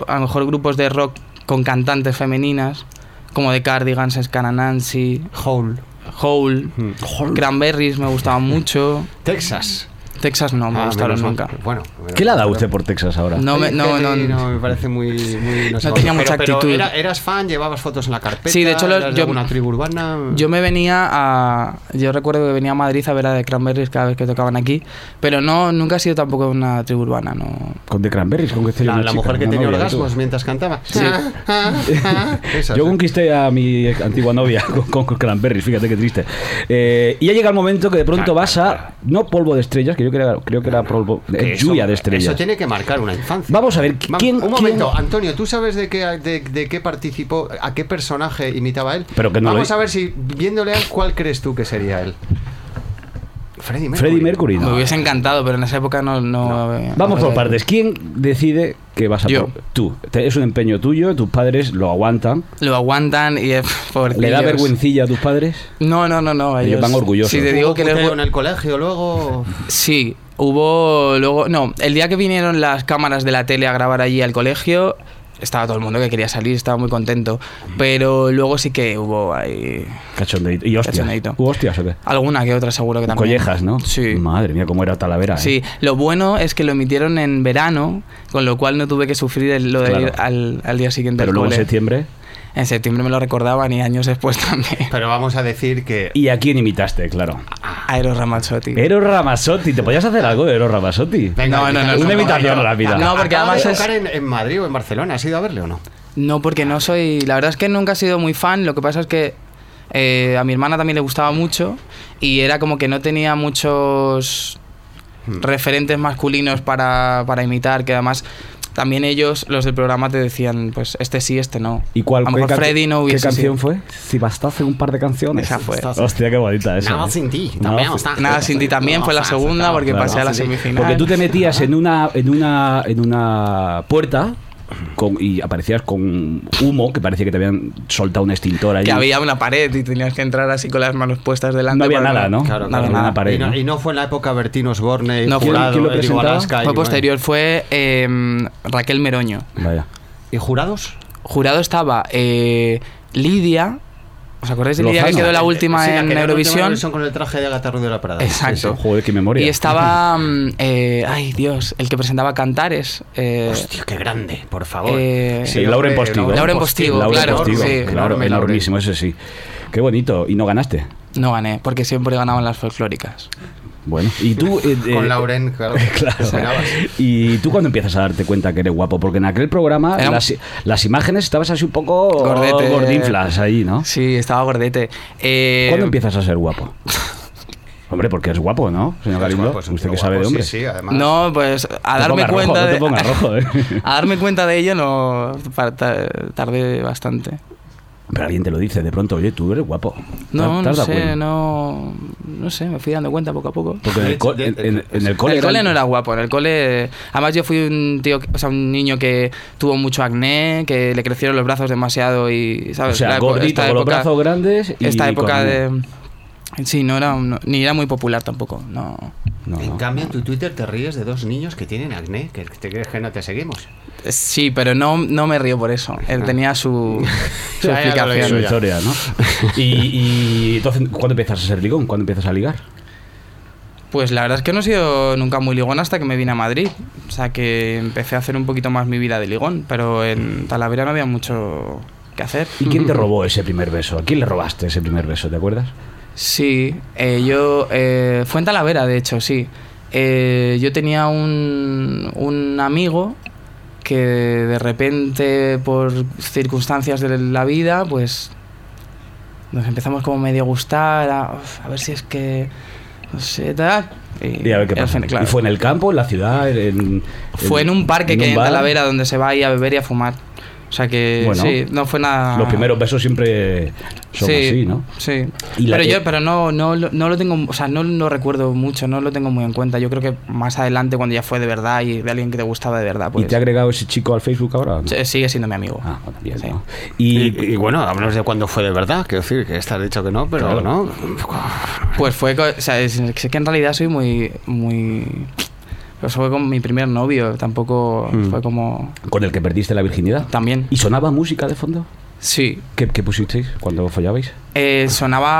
[SPEAKER 5] a lo mejor grupos de rock con cantantes femeninas, como The Cardigans, Scan Nancy,
[SPEAKER 3] Ujú. Hole.
[SPEAKER 5] Hole,
[SPEAKER 3] Hmm.
[SPEAKER 5] Cranberries me gustaban mucho,
[SPEAKER 3] Texas.
[SPEAKER 5] Texas no me
[SPEAKER 3] Ah,
[SPEAKER 5] gustaron
[SPEAKER 3] menos mal.
[SPEAKER 5] nunca.
[SPEAKER 3] Bueno,
[SPEAKER 2] ¿Qué la da usted por Texas ahora?
[SPEAKER 5] No me, no, no,
[SPEAKER 3] me parece muy. muy
[SPEAKER 5] No tenía mucha actitud.
[SPEAKER 3] era- eras fan, llevabas fotos en la carpeta.
[SPEAKER 5] Sí, de hecho, los-
[SPEAKER 3] eras
[SPEAKER 5] yo-
[SPEAKER 3] una tribu urbana.
[SPEAKER 5] Yo me venía a. Yo recuerdo que venía a Madrid a ver a The Cranberries cada vez que tocaban aquí, pero no nunca he sido tampoco una tribu urbana, no.
[SPEAKER 2] Con The Cranberries, con que esté yo
[SPEAKER 3] La,
[SPEAKER 2] una
[SPEAKER 3] la
[SPEAKER 2] chica,
[SPEAKER 3] mujer que
[SPEAKER 2] una
[SPEAKER 3] tenía
[SPEAKER 2] novia,
[SPEAKER 3] orgasmos
[SPEAKER 2] tú.
[SPEAKER 3] mientras cantaba. Ah,
[SPEAKER 5] Sí.
[SPEAKER 3] Esa,
[SPEAKER 2] Yo
[SPEAKER 3] esa.
[SPEAKER 2] conquisté a mi antigua novia con, con Cranberries, fíjate qué triste. Eh, y ya llega el momento que de pronto vas a. No polvo de estrellas, que yo creo, creo que era polvo. eh,
[SPEAKER 3] Eso-
[SPEAKER 2] lluvia de estrellas.
[SPEAKER 3] Eso tiene que marcar una infancia.
[SPEAKER 2] Vamos a ver,
[SPEAKER 3] Va-
[SPEAKER 2] ¿quién.
[SPEAKER 3] un
[SPEAKER 2] quién-
[SPEAKER 3] momento, Antonio, ¿tú sabes de qué, de, de qué participó, a qué personaje imitaba él?
[SPEAKER 2] Pero que no lo
[SPEAKER 3] Vamos
[SPEAKER 2] he-
[SPEAKER 3] a ver si, viéndole a él, ¿cuál crees tú que sería él? Freddy Mercury.
[SPEAKER 2] Freddie Mercury. no.
[SPEAKER 5] Me hubiese encantado, pero en esa época no. no, eh,
[SPEAKER 2] Vamos
[SPEAKER 5] no
[SPEAKER 2] por
[SPEAKER 5] era-
[SPEAKER 2] partes. ¿Quién decide que vas a
[SPEAKER 5] Yo.
[SPEAKER 2] por- Tú. Te- Es un empeño tuyo, tus padres lo aguantan.
[SPEAKER 5] Lo aguantan y. eh, pf,
[SPEAKER 2] ¿Le da
[SPEAKER 5] pobrecillos.
[SPEAKER 2] vergüencilla a tus padres?
[SPEAKER 5] No, no, no, no.
[SPEAKER 2] Ellos van orgullosos.
[SPEAKER 5] Sí, te
[SPEAKER 3] Hubo
[SPEAKER 5] digo que les
[SPEAKER 3] puteo
[SPEAKER 5] gu-
[SPEAKER 3] en el colegio luego.
[SPEAKER 5] Sí, hubo luego. No, el día que vinieron las cámaras de la tele a grabar allí al colegio, estaba todo el mundo que quería salir, estaba muy contento. Pero luego sí que hubo ahí.
[SPEAKER 2] Cachondeito. Y hostias.
[SPEAKER 5] Cachondeito.
[SPEAKER 2] ¿Hubo hostias o qué?
[SPEAKER 5] Alguna que otra, seguro que también.
[SPEAKER 2] Collejas, ¿no?
[SPEAKER 5] Sí.
[SPEAKER 2] Madre mía, cómo era Talavera. ¿eh?
[SPEAKER 5] Sí, lo bueno es que lo emitieron en verano, con lo cual no tuve que sufrir el- lo de
[SPEAKER 2] Claro.
[SPEAKER 5] ir al, al día siguiente
[SPEAKER 2] Pero
[SPEAKER 5] al
[SPEAKER 2] luego en
[SPEAKER 5] cole.
[SPEAKER 2] septiembre.
[SPEAKER 5] En septiembre me lo recordaban y años después también.
[SPEAKER 3] Pero vamos a decir que.
[SPEAKER 2] ¿Y a quién imitaste? Claro.
[SPEAKER 5] A Eros Ramazzotti.
[SPEAKER 2] Ero Ramazzotti. ¿Te podías hacer algo de Ero Ramazzotti?
[SPEAKER 5] No, no, no,
[SPEAKER 2] Una
[SPEAKER 5] no,
[SPEAKER 2] imitación
[SPEAKER 5] no,
[SPEAKER 2] rápida.
[SPEAKER 5] No, porque
[SPEAKER 3] Acaba
[SPEAKER 5] además
[SPEAKER 3] de
[SPEAKER 5] es-
[SPEAKER 3] tocar en, en Madrid o en Barcelona, ¿has ido a verle o no?
[SPEAKER 5] No, porque no soy... La verdad es que nunca he sido muy fan. Lo que pasa es que eh, a mi hermana también le gustaba mucho y era como que no tenía muchos
[SPEAKER 2] Hmm.
[SPEAKER 5] referentes masculinos para, para imitar, que además... También ellos, los del programa, te decían, pues este sí, este no.
[SPEAKER 2] ¿Y cuál
[SPEAKER 5] A
[SPEAKER 2] qué
[SPEAKER 5] lo mejor
[SPEAKER 2] can-
[SPEAKER 5] Freddy no
[SPEAKER 2] ¿Qué
[SPEAKER 5] hubiese
[SPEAKER 2] canción
[SPEAKER 5] sido.
[SPEAKER 2] fue? Si bastase un par de canciones.
[SPEAKER 5] Esa fue.
[SPEAKER 2] Hostia, qué bonita esa.
[SPEAKER 3] Nada
[SPEAKER 2] ¿eh?
[SPEAKER 3] sin ti,
[SPEAKER 2] Nada
[SPEAKER 3] también
[SPEAKER 2] sin-
[SPEAKER 3] está.
[SPEAKER 5] Nada, sin ti también fue la segunda porque
[SPEAKER 2] Claro,
[SPEAKER 5] pasé a la
[SPEAKER 3] sin ti.
[SPEAKER 5] semifinal.
[SPEAKER 2] Porque tú te metías en una, en una, en una puerta con- y aparecías con humo, que parecía que te habían soltado un extintor allí.
[SPEAKER 5] Que había una pared y tenías que entrar así con las manos puestas delante.
[SPEAKER 2] No había
[SPEAKER 5] para-
[SPEAKER 2] nada, ¿no?
[SPEAKER 5] no había
[SPEAKER 2] Había
[SPEAKER 5] nada.
[SPEAKER 2] una pared,
[SPEAKER 3] y, no,
[SPEAKER 2] ¿no?
[SPEAKER 3] y no fue en la época Bertín Osborne,
[SPEAKER 5] No, ¿quién-
[SPEAKER 3] jurado,
[SPEAKER 2] quién lo
[SPEAKER 3] Eddy
[SPEAKER 2] presentaba?
[SPEAKER 3] Guarasca y-
[SPEAKER 5] Fue posterior, fue eh, Raquel Meroño.
[SPEAKER 2] Vaya.
[SPEAKER 3] ¿Y jurados?
[SPEAKER 5] Jurado estaba eh, Lidia. ¿Os acordáis de Lidia
[SPEAKER 2] Lozano.
[SPEAKER 5] que quedó la última
[SPEAKER 3] Eh, Sí, la que
[SPEAKER 5] en
[SPEAKER 3] ganó la última
[SPEAKER 5] Eurovisión?
[SPEAKER 3] con el traje de Agatha Ruiz de la Prada.
[SPEAKER 5] Exacto.
[SPEAKER 2] Joder, qué memoria.
[SPEAKER 5] Y estaba. mm, eh, ay, Dios, el que presentaba Cantares. eh,
[SPEAKER 3] Hostia, qué grande, por favor.
[SPEAKER 5] Eh, Sí,
[SPEAKER 2] El Lauren Postigo.
[SPEAKER 5] Lauren Postigo,
[SPEAKER 2] Lauren
[SPEAKER 5] claro,
[SPEAKER 2] Postigo,
[SPEAKER 5] sí.
[SPEAKER 2] claro,
[SPEAKER 3] Enorme,
[SPEAKER 2] enormísimo, ese sí. Qué bonito. Y no ganaste.
[SPEAKER 5] no gané, porque siempre ganaban las folclóricas.
[SPEAKER 2] Bueno. Y tú. eh,
[SPEAKER 3] Lauren. Con
[SPEAKER 2] eh,
[SPEAKER 3] Lauren, claro.
[SPEAKER 2] Claro.
[SPEAKER 3] Esperabas.
[SPEAKER 2] Y tú cuando empiezas a darte cuenta que eres guapo, porque en aquel programa
[SPEAKER 5] Era un-
[SPEAKER 2] las, las imágenes estabas así un poco
[SPEAKER 5] Gordete.
[SPEAKER 2] Oh, gordinflas ahí, ¿no?
[SPEAKER 5] Sí, estaba gordete. Eh,
[SPEAKER 2] ¿Cuándo empiezas a ser guapo? Hombre, porque es guapo, ¿no, señor
[SPEAKER 3] Es
[SPEAKER 2] Galindo?
[SPEAKER 3] guapo, es un
[SPEAKER 2] Usted
[SPEAKER 3] tío
[SPEAKER 2] que sabe de
[SPEAKER 3] guapo,
[SPEAKER 2] hombres.
[SPEAKER 3] pues, Sí, sí, además.
[SPEAKER 5] No, pues a
[SPEAKER 2] No
[SPEAKER 5] darme
[SPEAKER 2] te pongas
[SPEAKER 5] cuenta
[SPEAKER 2] rojo, no
[SPEAKER 5] de.
[SPEAKER 2] te pongas rojo, ¿eh?
[SPEAKER 5] a darme cuenta de ello no pa- ta- tardé bastante.
[SPEAKER 2] Pero alguien te lo dice de pronto, oye, tú eres guapo.
[SPEAKER 5] No,
[SPEAKER 2] ¿Te
[SPEAKER 5] no
[SPEAKER 2] has dado
[SPEAKER 5] sé,
[SPEAKER 2] cuenta?
[SPEAKER 5] no. No sé, me fui dando cuenta poco a poco.
[SPEAKER 2] Porque en el, co- en- en- en el cole.
[SPEAKER 5] En el cole
[SPEAKER 2] eran-
[SPEAKER 5] no era guapo, en el cole. Además, yo fui un tío, que- o sea, un niño que tuvo mucho acné, que le crecieron los brazos demasiado y,
[SPEAKER 2] O
[SPEAKER 5] ¿sabes?
[SPEAKER 2] sea,
[SPEAKER 5] La epo-
[SPEAKER 2] gordito,
[SPEAKER 5] esta
[SPEAKER 2] con los
[SPEAKER 5] época-
[SPEAKER 2] brazos grandes y.
[SPEAKER 5] Esta época
[SPEAKER 2] con-
[SPEAKER 5] de. Sí, no era, un- ni era muy popular tampoco, no.
[SPEAKER 2] No, no.
[SPEAKER 3] En cambio, en tu Twitter te ríes de dos niños que tienen acné, que te crees que no te seguimos.
[SPEAKER 5] Sí, pero no, no me río por eso.
[SPEAKER 2] Ah.
[SPEAKER 5] Él tenía su, su
[SPEAKER 3] Ya, ya lo he
[SPEAKER 5] explicación.
[SPEAKER 2] Su
[SPEAKER 3] ya.
[SPEAKER 2] historia, ¿no? y, y entonces, ¿cuándo empiezas a ser ligón? ¿Cuándo empiezas a ligar?
[SPEAKER 5] Pues la verdad es que no he sido nunca muy ligón hasta que me vine a Madrid. O sea que empecé a hacer un poquito más mi vida de ligón, pero en Talavera no había mucho que hacer.
[SPEAKER 2] ¿Y quién te robó ese primer beso? ¿A quién le robaste ese primer beso? ¿Te acuerdas?
[SPEAKER 5] Sí, eh, yo. eh, fue en Talavera, de hecho, sí. Eh, yo tenía un, un amigo que de repente, por circunstancias de la vida, pues nos empezamos como medio a gustar, a, uf, a ver si es que, no sé, tal. Y,
[SPEAKER 2] Y a ver qué
[SPEAKER 5] y al
[SPEAKER 2] pasa.
[SPEAKER 5] fin- claro.
[SPEAKER 2] ¿Y fue en el campo, en la ciudad? En,
[SPEAKER 5] Fue en un parque que hay en
[SPEAKER 2] bar?
[SPEAKER 5] Talavera donde se va ahí a beber y a fumar. O sea que
[SPEAKER 2] Bueno,
[SPEAKER 5] sí, no fue nada.
[SPEAKER 2] Los primeros besos siempre son
[SPEAKER 5] sí,
[SPEAKER 2] así, ¿no?
[SPEAKER 5] Sí.
[SPEAKER 2] Y la-
[SPEAKER 5] pero yo, pero no, no, lo- no lo tengo, o sea, no lo recuerdo mucho, no lo tengo muy en cuenta. Yo creo que más adelante, cuando ya fue de verdad y de alguien que te gustaba de verdad, pues.
[SPEAKER 2] ¿Y te ha agregado ese chico al Facebook ahora? o no?
[SPEAKER 5] Sí, Sigue siendo mi amigo.
[SPEAKER 2] Ah, bueno, bien,
[SPEAKER 5] Sí.
[SPEAKER 2] ¿no?
[SPEAKER 3] Y,
[SPEAKER 2] Y,
[SPEAKER 3] y bueno, háblanos de cuándo fue de verdad, quiero decir, que está dicho que no, pero
[SPEAKER 2] Claro.
[SPEAKER 3] no.
[SPEAKER 5] Pues fue, co- o sea, es, es que en realidad soy muy, muy. Pues fue con mi primer novio, tampoco fue como.
[SPEAKER 2] con el que perdiste la virginidad.
[SPEAKER 5] También.
[SPEAKER 2] Mm. ¿Y sonaba música de fondo?
[SPEAKER 5] Sí.
[SPEAKER 2] ¿Qué, qué pusisteis cuando follabais?
[SPEAKER 5] Eh,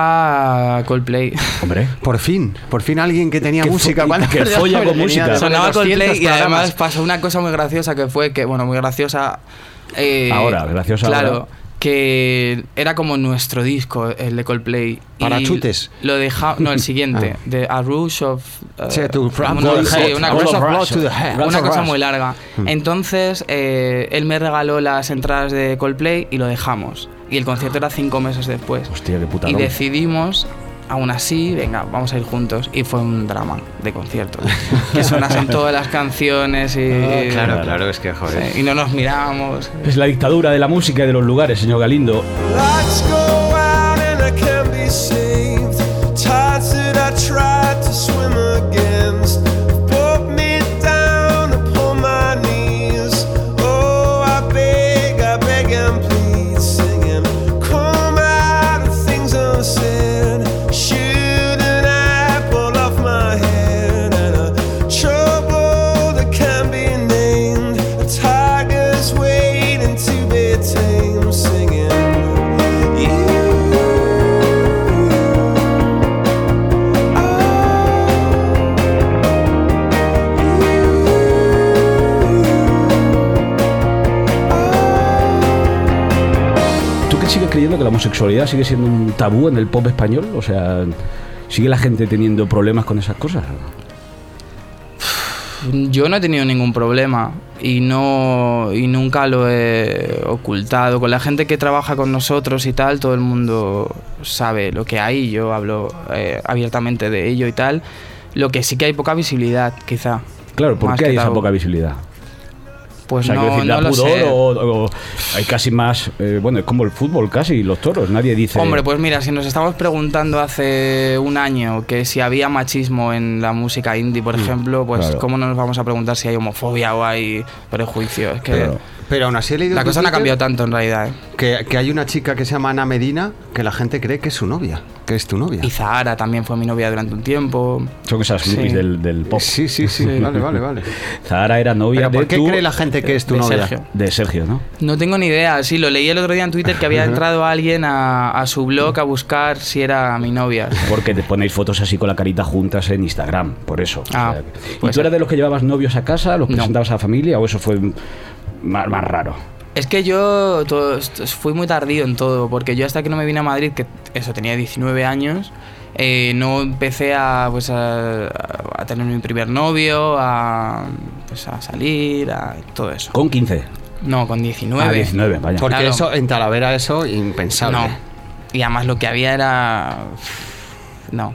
[SPEAKER 5] sonaba Coldplay.
[SPEAKER 2] Hombre.
[SPEAKER 3] Por fin, por fin alguien que tenía
[SPEAKER 2] Que
[SPEAKER 3] música.
[SPEAKER 2] fo-
[SPEAKER 3] cuando
[SPEAKER 2] que folla con música. Claro.
[SPEAKER 5] Sonaba Coldplay y además
[SPEAKER 3] para
[SPEAKER 5] pasó una cosa muy graciosa que fue que, bueno, muy graciosa. eh,
[SPEAKER 2] Ahora, graciosa
[SPEAKER 5] Claro,
[SPEAKER 2] ahora.
[SPEAKER 5] que era como nuestro disco, el de Coldplay. y
[SPEAKER 3] Parachutes.
[SPEAKER 5] Lo dejamos, no, el siguiente,
[SPEAKER 3] Ah.
[SPEAKER 5] de A Rush of. eh,
[SPEAKER 3] Sí, to- from
[SPEAKER 5] una-
[SPEAKER 3] the
[SPEAKER 5] sí,
[SPEAKER 3] head,
[SPEAKER 5] una
[SPEAKER 3] a rush
[SPEAKER 5] cosa-
[SPEAKER 3] of blood to the head. Rush
[SPEAKER 5] una
[SPEAKER 3] of
[SPEAKER 5] cosa
[SPEAKER 3] rush. Hmm.
[SPEAKER 5] muy larga. Entonces, eh, él me regaló las entradas de Coldplay y lo dejamos. Y el concierto era cinco meses después.
[SPEAKER 2] Hostia, qué puta.
[SPEAKER 5] Y decidimos, aún así, venga, vamos a ir juntos. Y fue un drama de concierto. que sonasen todas las canciones y.
[SPEAKER 2] Ah,
[SPEAKER 3] Claro, claro, es que joder.
[SPEAKER 5] sí, y no nos mirábamos.
[SPEAKER 2] Es la dictadura de la música y de los lugares, señor Galindo.
[SPEAKER 9] Lights go out and I can't be saved. Tides that I tried to swim against brought me down upon my knees. Oh, I beg, I beg and plead, singing, come out of things I've said. Shoot an apple off my head and a trouble that can be named. A tiger's waiting to be tamed, singing. You
[SPEAKER 2] ¿Tú que sigues creyendo que la homosexualidad sigue siendo un tabú en el pop español? O sea, ¿sigue la gente teniendo problemas con esas cosas?
[SPEAKER 5] Yo no he tenido ningún problema y no y nunca lo he ocultado. Con la gente que trabaja con nosotros y tal, todo el mundo sabe lo que hay. Yo hablo eh, abiertamente de ello y tal. Lo que sí que hay poca visibilidad, quizá.
[SPEAKER 2] Claro, ¿por
[SPEAKER 5] Más
[SPEAKER 2] qué
[SPEAKER 5] que
[SPEAKER 2] hay esa
[SPEAKER 5] tabú.
[SPEAKER 2] poca visibilidad? o
[SPEAKER 5] Pues
[SPEAKER 2] sea,
[SPEAKER 5] no,
[SPEAKER 2] quiero decir, ¿da
[SPEAKER 5] no lo
[SPEAKER 2] pudor
[SPEAKER 5] sé.
[SPEAKER 2] o, o hay casi más... eh, bueno, es como el fútbol casi, los toros, nadie dice...
[SPEAKER 5] Hombre, pues mira, si nos estamos preguntando hace un año que si había machismo en la música indie, por ejemplo, pues
[SPEAKER 2] claro.
[SPEAKER 5] cómo no nos vamos a preguntar si hay homofobia o hay prejuicio. Es que
[SPEAKER 2] Claro.
[SPEAKER 3] Pero aún así he leído
[SPEAKER 5] la
[SPEAKER 3] en tu
[SPEAKER 5] cosa no ha
[SPEAKER 3] Twitter
[SPEAKER 5] cambiado tanto en realidad. ¿eh?
[SPEAKER 3] Que, que hay una chica que se llama Ana Medina que la gente cree que es su novia, que es tu novia.
[SPEAKER 5] Y Zahara también fue mi novia durante un tiempo.
[SPEAKER 2] Son esas
[SPEAKER 5] Sí.
[SPEAKER 2] groupies del, del pop.
[SPEAKER 3] Sí, sí, sí, vale, vale, vale.
[SPEAKER 2] Zahara era novia
[SPEAKER 3] Pero ¿por
[SPEAKER 2] de
[SPEAKER 3] qué
[SPEAKER 2] tu-
[SPEAKER 3] cree la gente que es tu
[SPEAKER 5] de
[SPEAKER 3] novia?
[SPEAKER 5] Sergio.
[SPEAKER 2] De Sergio, ¿no?
[SPEAKER 5] No tengo ni idea, sí, lo leí el otro día en Twitter que había entrado alguien a, a su blog a buscar si era mi novia.
[SPEAKER 2] Porque te ponéis fotos así con la carita juntas en Instagram, por eso.
[SPEAKER 5] Ah,
[SPEAKER 2] ¿Y
[SPEAKER 5] puede
[SPEAKER 2] tú
[SPEAKER 5] ser.
[SPEAKER 2] eras de los que llevabas novios a casa, los
[SPEAKER 5] No.
[SPEAKER 2] presentabas a la familia o eso fue más, más raro?
[SPEAKER 5] Es que yo to- est- fui muy tardío en todo, porque yo hasta que no me vine a Madrid, que eso tenía 19 años, eh, no empecé a, pues a, a tener mi primer novio, a, pues a salir, a todo eso.
[SPEAKER 2] Con 15.
[SPEAKER 5] No, con 19.
[SPEAKER 2] Ah, 19, vaya.
[SPEAKER 3] Porque
[SPEAKER 5] Claro.
[SPEAKER 3] eso, en Talavera, eso, impensable.
[SPEAKER 5] No. Y además lo que había era... No.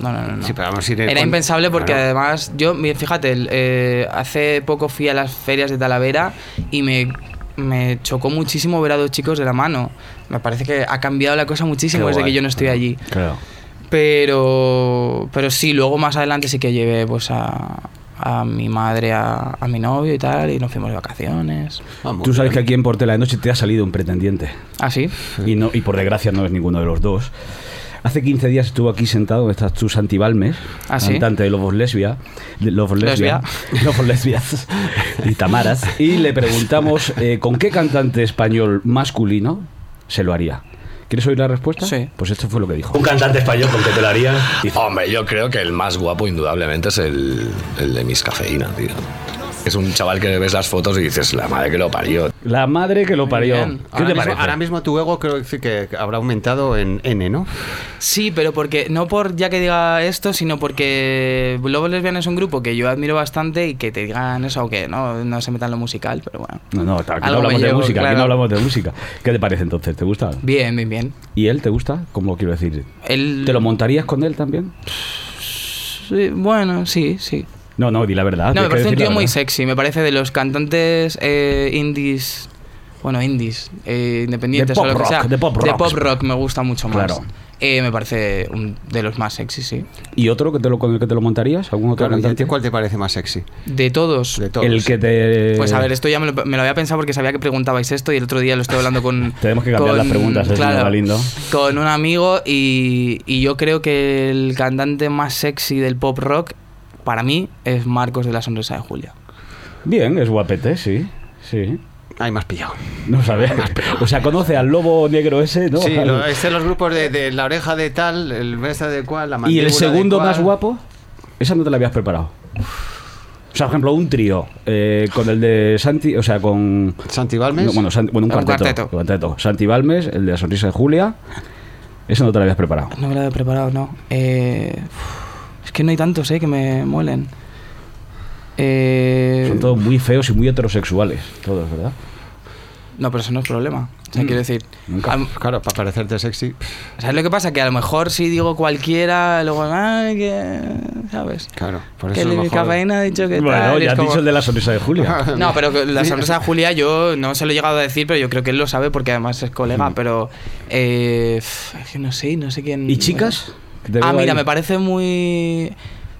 [SPEAKER 5] No, no, no. no.
[SPEAKER 3] Sí, pero vamos a ir
[SPEAKER 5] Era
[SPEAKER 3] con-
[SPEAKER 5] impensable porque
[SPEAKER 3] Claro.
[SPEAKER 5] además yo, mi- fíjate, el, eh, hace poco fui a las ferias de Talavera y me, me chocó muchísimo ver a dos chicos de la mano. Me parece que ha cambiado la cosa muchísimo
[SPEAKER 3] Qué
[SPEAKER 5] desde
[SPEAKER 3] guay.
[SPEAKER 5] que yo no estoy allí.
[SPEAKER 2] Claro.
[SPEAKER 5] Pero, pero sí, luego más adelante sí que llevé pues a, a mi madre, a, a mi novio y tal, y nos fuimos de vacaciones.
[SPEAKER 3] Vamos.
[SPEAKER 2] Tú sabes que aquí en Portela de Noche te ha salido un pretendiente.
[SPEAKER 5] Así.
[SPEAKER 2] Y, no, y por desgracia no es ninguno de los dos. Hace 15 días estuvo aquí sentado donde estás tú, Santi Balmes,
[SPEAKER 5] ¿Ah, sí?
[SPEAKER 2] cantante de Lobos Lesbia, de Lobos Lesbia, Lobos Lesbias y Tamaras, y le preguntamos eh, con qué cantante español masculino se lo haría. ¿Quieres oír la respuesta?
[SPEAKER 5] Sí.
[SPEAKER 2] Pues esto fue lo que dijo.
[SPEAKER 10] Un cantante español con que te lo haría.
[SPEAKER 11] Hombre, yo creo que el más guapo indudablemente es el, el de mis cafeína, tío.
[SPEAKER 12] Es un chaval que ves las fotos y dices, la madre que lo parió.
[SPEAKER 2] La madre que lo parió.
[SPEAKER 5] bien.
[SPEAKER 2] ¿Qué
[SPEAKER 3] ahora,
[SPEAKER 2] te
[SPEAKER 3] mismo,
[SPEAKER 2] parece?
[SPEAKER 3] ahora mismo tu ego creo que sí que habrá aumentado en N, ¿no?
[SPEAKER 5] Sí, pero porque no por ya que diga esto, sino porque Lobo Lesbian es un grupo que yo admiro bastante y que te digan eso, aunque no, no se metan lo musical, pero bueno.
[SPEAKER 2] No, no, aquí no
[SPEAKER 5] Algo me
[SPEAKER 2] hablamos de
[SPEAKER 5] llevo,
[SPEAKER 2] música, aquí
[SPEAKER 5] claro.
[SPEAKER 2] no hablamos de música. ¿Qué te parece entonces? ¿Te gusta?
[SPEAKER 5] Bien, bien, bien.
[SPEAKER 2] ¿Y él te gusta? ¿Cómo quiero decir?
[SPEAKER 5] Él,
[SPEAKER 2] ¿Te lo montarías con él también?
[SPEAKER 5] Sí, bueno, sí, sí.
[SPEAKER 2] No, no, di la verdad.
[SPEAKER 5] No,
[SPEAKER 2] Ah, tienes
[SPEAKER 5] me
[SPEAKER 2] que
[SPEAKER 5] parece un
[SPEAKER 2] decir la
[SPEAKER 5] tío muy
[SPEAKER 2] verdad.
[SPEAKER 5] sexy. Me parece de los cantantes eh, indies. Bueno, indies, eh, independientes
[SPEAKER 2] De
[SPEAKER 5] o
[SPEAKER 2] pop
[SPEAKER 5] lo que
[SPEAKER 2] rock,
[SPEAKER 5] sea.
[SPEAKER 2] de pop rock.
[SPEAKER 5] rock me gusta mucho más.
[SPEAKER 2] Claro.
[SPEAKER 5] Eh, me parece un- de los más sexy, sí.
[SPEAKER 2] ¿Y otro que te lo, con el que te lo montarías? ¿Algún otro
[SPEAKER 3] Claro, ¿y a ti
[SPEAKER 2] cantante?
[SPEAKER 3] ¿Cuál te parece más sexy?
[SPEAKER 5] De todos.
[SPEAKER 3] De todos.
[SPEAKER 2] El que te.
[SPEAKER 5] Pues a ver, esto ya me lo, me lo había pensado porque sabía que preguntabais esto y el otro día lo estoy hablando con...
[SPEAKER 2] Tenemos que cambiar las preguntas, ¿eh, señor Galindo?
[SPEAKER 5] Con un amigo y, y yo creo que el cantante más sexy del pop rock para mí es Marcos de la Sonrisa de Julia.
[SPEAKER 2] Bien, es guapete, sí. Sí.
[SPEAKER 3] Ay, más pillado.
[SPEAKER 2] No sabes.
[SPEAKER 5] Ah,
[SPEAKER 2] O sea, conoce al lobo negro ese, ¿no?
[SPEAKER 3] Sí,
[SPEAKER 2] Al-
[SPEAKER 3] lo, este los grupos de, de la oreja de tal, el besta de cual, la
[SPEAKER 2] ¿Y
[SPEAKER 3] mandíbula
[SPEAKER 2] el
[SPEAKER 3] de
[SPEAKER 2] segundo
[SPEAKER 3] cual.
[SPEAKER 2] más guapo? Esa no te la habías preparado. O sea, por ejemplo, un trío eh, con el de Santi, o sea, con.
[SPEAKER 3] Santi Balmes.
[SPEAKER 2] No, bueno, San- bueno, un
[SPEAKER 5] Un
[SPEAKER 2] cuarteto,
[SPEAKER 5] cuarteto.
[SPEAKER 2] un cuarteto. Santi Balmes, el de la sonrisa de Julia. Eso no te lo habías preparado.
[SPEAKER 5] No me lo había preparado, no. Eh, es que no hay tantos, ¿eh? Que me muelen. Eh,
[SPEAKER 2] Son todos muy feos y muy heterosexuales, todos, ¿verdad?
[SPEAKER 5] No, pero eso no es problema. O sea, quiero decir...
[SPEAKER 2] Nunca.
[SPEAKER 5] am-
[SPEAKER 3] Ah, Claro, para parecerte sexy.
[SPEAKER 5] ¿Sabes lo que pasa? Que a lo mejor si digo cualquiera, luego... Ay, que... ¿Sabes?
[SPEAKER 3] Claro, por
[SPEAKER 5] que
[SPEAKER 3] eso
[SPEAKER 5] el
[SPEAKER 3] a lo mejor-
[SPEAKER 5] cafeína ha dicho que
[SPEAKER 2] Bueno,
[SPEAKER 5] tal,
[SPEAKER 2] ya
[SPEAKER 5] y es
[SPEAKER 2] has
[SPEAKER 5] como-
[SPEAKER 2] dicho el de la sonrisa de Julia.
[SPEAKER 5] No, pero que la sonrisa de Julia yo no se lo he llegado a decir, pero yo creo que él lo sabe porque además es colega, pero... eh, pf, es que no sé, no sé quién...
[SPEAKER 2] ¿Y chicas? Te
[SPEAKER 5] Ah,
[SPEAKER 2] veo
[SPEAKER 5] mira,
[SPEAKER 2] ahí.
[SPEAKER 5] me parece muy...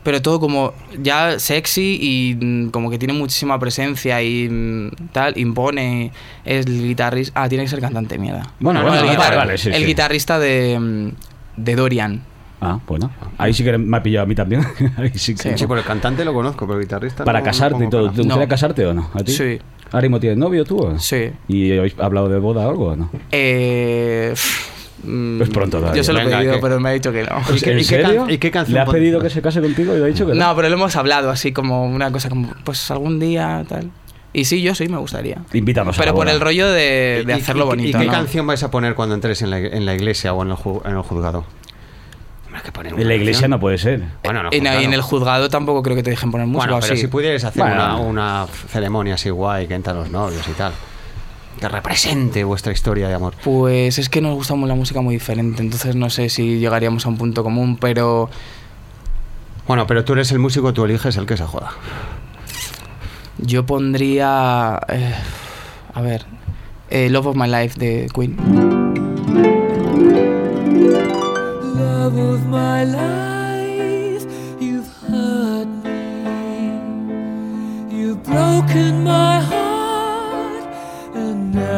[SPEAKER 5] Pero todo como ya sexy y mm, como que tiene muchísima presencia y mm, tal, impone, es el guitarrista... Ah, tiene que ser cantante, mierda.
[SPEAKER 2] Bueno,
[SPEAKER 5] No,
[SPEAKER 2] bueno,
[SPEAKER 5] el,
[SPEAKER 2] Ah, vale,
[SPEAKER 5] guitar-
[SPEAKER 2] vale, sí,
[SPEAKER 5] el
[SPEAKER 2] sí.
[SPEAKER 5] guitarrista de, mm, de Dorian.
[SPEAKER 2] Ah, bueno. Ahí sí que me ha pillado a mí también. Ahí sí que-
[SPEAKER 3] Sí, por el cantante lo conozco, pero el guitarrista.
[SPEAKER 2] Para
[SPEAKER 3] no- no
[SPEAKER 2] casarte y
[SPEAKER 3] pongo
[SPEAKER 2] todo.
[SPEAKER 3] cara.
[SPEAKER 2] ¿Te gustaría
[SPEAKER 5] No.
[SPEAKER 2] casarte o no? ¿A ti?
[SPEAKER 5] Sí.
[SPEAKER 2] ¿Ahora mismo tienes novio tú o no?
[SPEAKER 5] Sí.
[SPEAKER 2] ¿Y habéis hablado de boda o algo o no?
[SPEAKER 5] Eh, pf, mm,
[SPEAKER 2] Pues pronto todavía.
[SPEAKER 5] Yo se lo he
[SPEAKER 3] Venga,
[SPEAKER 5] pedido,
[SPEAKER 3] que-
[SPEAKER 5] pero me ha dicho que no.
[SPEAKER 3] ¿Y qué-
[SPEAKER 2] ¿En
[SPEAKER 3] y qué can-
[SPEAKER 2] serio?
[SPEAKER 3] y qué canción
[SPEAKER 2] ¿Le has
[SPEAKER 3] pon-
[SPEAKER 2] pedido que se case contigo y le ha dicho que no?
[SPEAKER 5] No, pero lo hemos hablado así como una cosa como, pues algún día, tal. Y sí, yo sí, me gustaría.
[SPEAKER 2] Invítanos a
[SPEAKER 5] Pero
[SPEAKER 2] la
[SPEAKER 5] por
[SPEAKER 2] boda.
[SPEAKER 5] el rollo Eh, de, de
[SPEAKER 3] ¿Y- y-
[SPEAKER 5] hacerlo
[SPEAKER 3] y-
[SPEAKER 5] bonito.
[SPEAKER 3] ¿Y qué
[SPEAKER 5] ¿no?
[SPEAKER 3] canción vais a poner cuando entres en la, en la iglesia o en el, ju- en el juzgado? Hombre, hay que poner
[SPEAKER 2] En
[SPEAKER 3] una
[SPEAKER 2] la iglesia
[SPEAKER 3] canción.
[SPEAKER 2] no puede ser.
[SPEAKER 3] Bueno, no,
[SPEAKER 5] Y, na- y en el
[SPEAKER 3] juzgado.
[SPEAKER 5] juzgado tampoco creo que te dejen poner música.
[SPEAKER 3] Bueno,
[SPEAKER 5] ¿o
[SPEAKER 3] pero
[SPEAKER 5] sí?
[SPEAKER 3] si pudieras hacer
[SPEAKER 2] Bueno.
[SPEAKER 3] una, una ceremonia así guay que entran los novios y tal, que represente vuestra historia de amor.
[SPEAKER 5] Pues es que nos gusta mu- la música muy diferente, entonces no sé si llegaríamos a un punto común, pero
[SPEAKER 3] Bueno, pero tú eres el músico, tú eliges el que se joda.
[SPEAKER 5] yo pondría... eh, a ver... eh, Love of My Life de Queen.
[SPEAKER 13] Love of my life, you've hurt me. You've broken my heart, and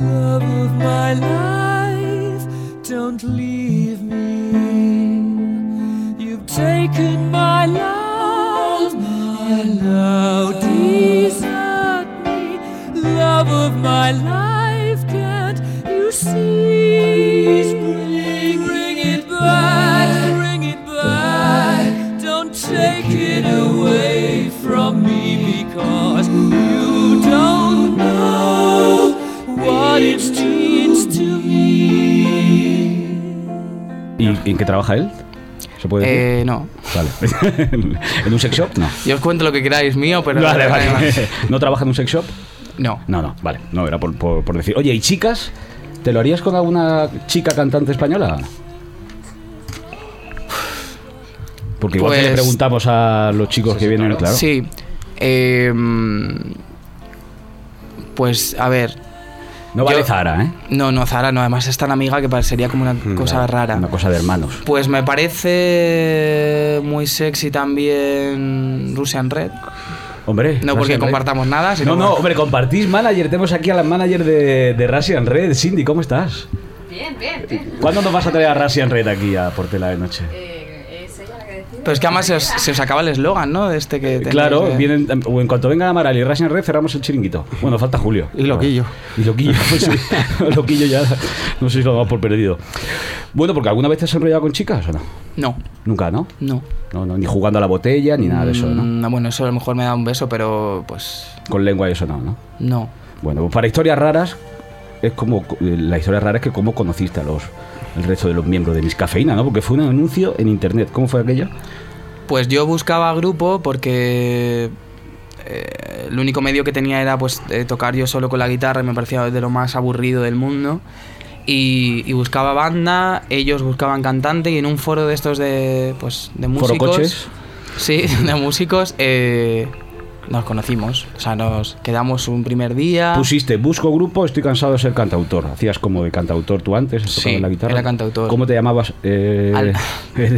[SPEAKER 13] love of my life, don't leave me. You've taken my love, and now desert me. Love of my life, can't you see? Bring, bring it back, bring it back. Don't take it away from me because you don't know what it means to me.
[SPEAKER 2] ¿Y y en qué trabaja él? ¿Se puede decir?
[SPEAKER 5] Eh, no.
[SPEAKER 2] Vale. ¿En un sex shop? No.
[SPEAKER 5] Yo os cuento lo que queráis mío, pero...
[SPEAKER 2] Vale, vale. ¿No trabaja en un sex shop?
[SPEAKER 5] No.
[SPEAKER 2] No, no, vale. No, era por, por- por decir. Oye, ¿y chicas? ¿Te lo harías con alguna chica cantante española? Porque igual que le
[SPEAKER 5] Pues-
[SPEAKER 2] preguntamos a los chicos que vienen, claro.
[SPEAKER 5] Sí. Em, pues, a ver.
[SPEAKER 2] No vale
[SPEAKER 5] Yo-
[SPEAKER 2] Zara, ¿eh?
[SPEAKER 5] No, no, Zara no. Además es tan amiga que parecería como una cosa rara.
[SPEAKER 2] Mm, Una cosa de hermanos.
[SPEAKER 5] Pues me parece muy sexy también Russian Red.
[SPEAKER 2] Hombre.
[SPEAKER 5] No porque
[SPEAKER 2] Russian Red.
[SPEAKER 5] compartamos nada, sino
[SPEAKER 2] No, no, hombre, compartís manager. Tenemos aquí a la manager de, de Russian Red. Cindy, ¿cómo estás?
[SPEAKER 11] Bien, bien, bien.
[SPEAKER 2] ¿Cuándo nos vas a traer a Russian Red aquí a Portela de Noche?
[SPEAKER 11] Eh, es ella la que decide.
[SPEAKER 5] Pero es que además se os, se os acaba el eslogan, ¿no? De este
[SPEAKER 11] Eh,
[SPEAKER 5] que tenéis
[SPEAKER 2] Claro,
[SPEAKER 5] de-
[SPEAKER 2] vienen, o en cuanto venga Amaral y Russian Red cerramos el chiringuito. Bueno, falta Julio.
[SPEAKER 3] Y loquillo.
[SPEAKER 2] Y Loquillo, pues sí. Loquillo ya no sé si lo damos por perdido. Bueno, porque alguna vez te has enrollado con chicas o no?
[SPEAKER 5] No,
[SPEAKER 2] Nunca, ¿no?
[SPEAKER 5] no.
[SPEAKER 2] No, no, ni jugando a la botella, ni nada de eso, ¿no?
[SPEAKER 5] Mm, bueno, eso a lo mejor me da un beso, pero pues
[SPEAKER 2] Con lengua y eso no, ¿no?
[SPEAKER 5] no.
[SPEAKER 2] Bueno, pues para historias raras, es como la historia rara es que cómo conociste a los el resto de los miembros de mis cafeína, ¿no? Porque fue un anuncio en internet. ¿Cómo fue aquello?
[SPEAKER 5] Pues yo buscaba grupo porque eh, el único medio que tenía era pues eh, tocar yo solo con la guitarra y me parecía de lo más aburrido del mundo. Y, y buscaba banda, ellos buscaban cantante y en un foro de estos de, pues, de
[SPEAKER 2] ¿Foro
[SPEAKER 5] músicos...
[SPEAKER 2] coches?
[SPEAKER 5] Sí, de músicos eh, nos conocimos. O sea, nos quedamos un primer día.
[SPEAKER 2] Pusiste, busco grupo, estoy cansado de ser cantautor. Hacías como de cantautor tú antes, has tocado
[SPEAKER 5] Sí,
[SPEAKER 2] la guitarra.
[SPEAKER 5] era cantautor.
[SPEAKER 2] ¿Cómo te llamabas eh,
[SPEAKER 5] Al-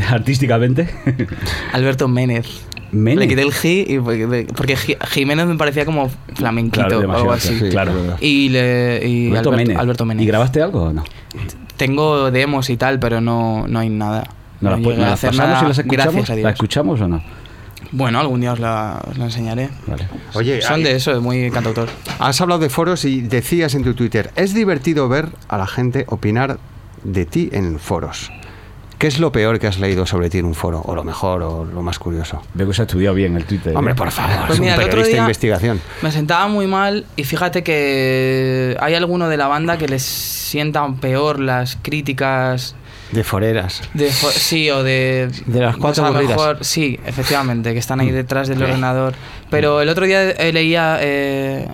[SPEAKER 2] artísticamente?
[SPEAKER 5] Alberto Ménez.
[SPEAKER 2] Ménez.
[SPEAKER 5] Le quité el G y porque, porque Gi- Jiménez me parecía como flamenquito o
[SPEAKER 2] demasiado,
[SPEAKER 5] algo así.
[SPEAKER 2] sí, claro.
[SPEAKER 5] Y, le, y
[SPEAKER 2] Alberto, Ménez.
[SPEAKER 5] Alberto Ménez.
[SPEAKER 2] ¿Y grabaste algo o no?
[SPEAKER 5] Tengo demos y tal, pero no, no hay nada.
[SPEAKER 2] ¿No, las,
[SPEAKER 5] llegué
[SPEAKER 2] pu-
[SPEAKER 5] a
[SPEAKER 2] no las
[SPEAKER 5] hacer
[SPEAKER 2] pasamos
[SPEAKER 5] nada,
[SPEAKER 2] y las escuchamos?
[SPEAKER 5] Gracias a
[SPEAKER 2] ¿Las
[SPEAKER 5] Dios.
[SPEAKER 2] escuchamos o no?
[SPEAKER 5] Bueno, algún día os la, os la enseñaré.
[SPEAKER 2] Vale.
[SPEAKER 3] Oye,
[SPEAKER 5] Son de eso, de muy cantautor.
[SPEAKER 3] has hablado de foros y decías en tu Twitter, es divertido ver a la gente opinar de ti en foros. ¿Qué es lo peor que has leído sobre ti en un foro? O lo mejor, o lo más curioso.
[SPEAKER 2] Veo que se ha estudiado bien el Twitter. ¿eh?
[SPEAKER 3] Hombre, por favor,
[SPEAKER 5] Pues
[SPEAKER 3] es un
[SPEAKER 5] mira, el otro
[SPEAKER 3] periodista de
[SPEAKER 5] día-
[SPEAKER 3] investigación.
[SPEAKER 5] Me sentaba muy mal y fíjate que hay alguno de la banda que les sientan peor las críticas
[SPEAKER 3] De foreras.
[SPEAKER 5] de fo- sí o de
[SPEAKER 14] De las cuatro
[SPEAKER 5] o sea, a lo
[SPEAKER 14] aburridas.
[SPEAKER 5] mejor- sí, efectivamente, que están ahí detrás del ordenador. Pero el otro día eh, leía eh,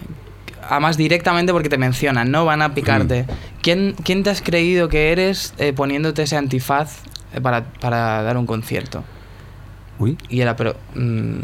[SPEAKER 5] además directamente porque te mencionan, no van a picarte. ¿Quién, quién te has creído que eres eh, poniéndote ese antifaz eh, para, para dar un concierto?
[SPEAKER 3] Uy,
[SPEAKER 5] Y era, pero mm,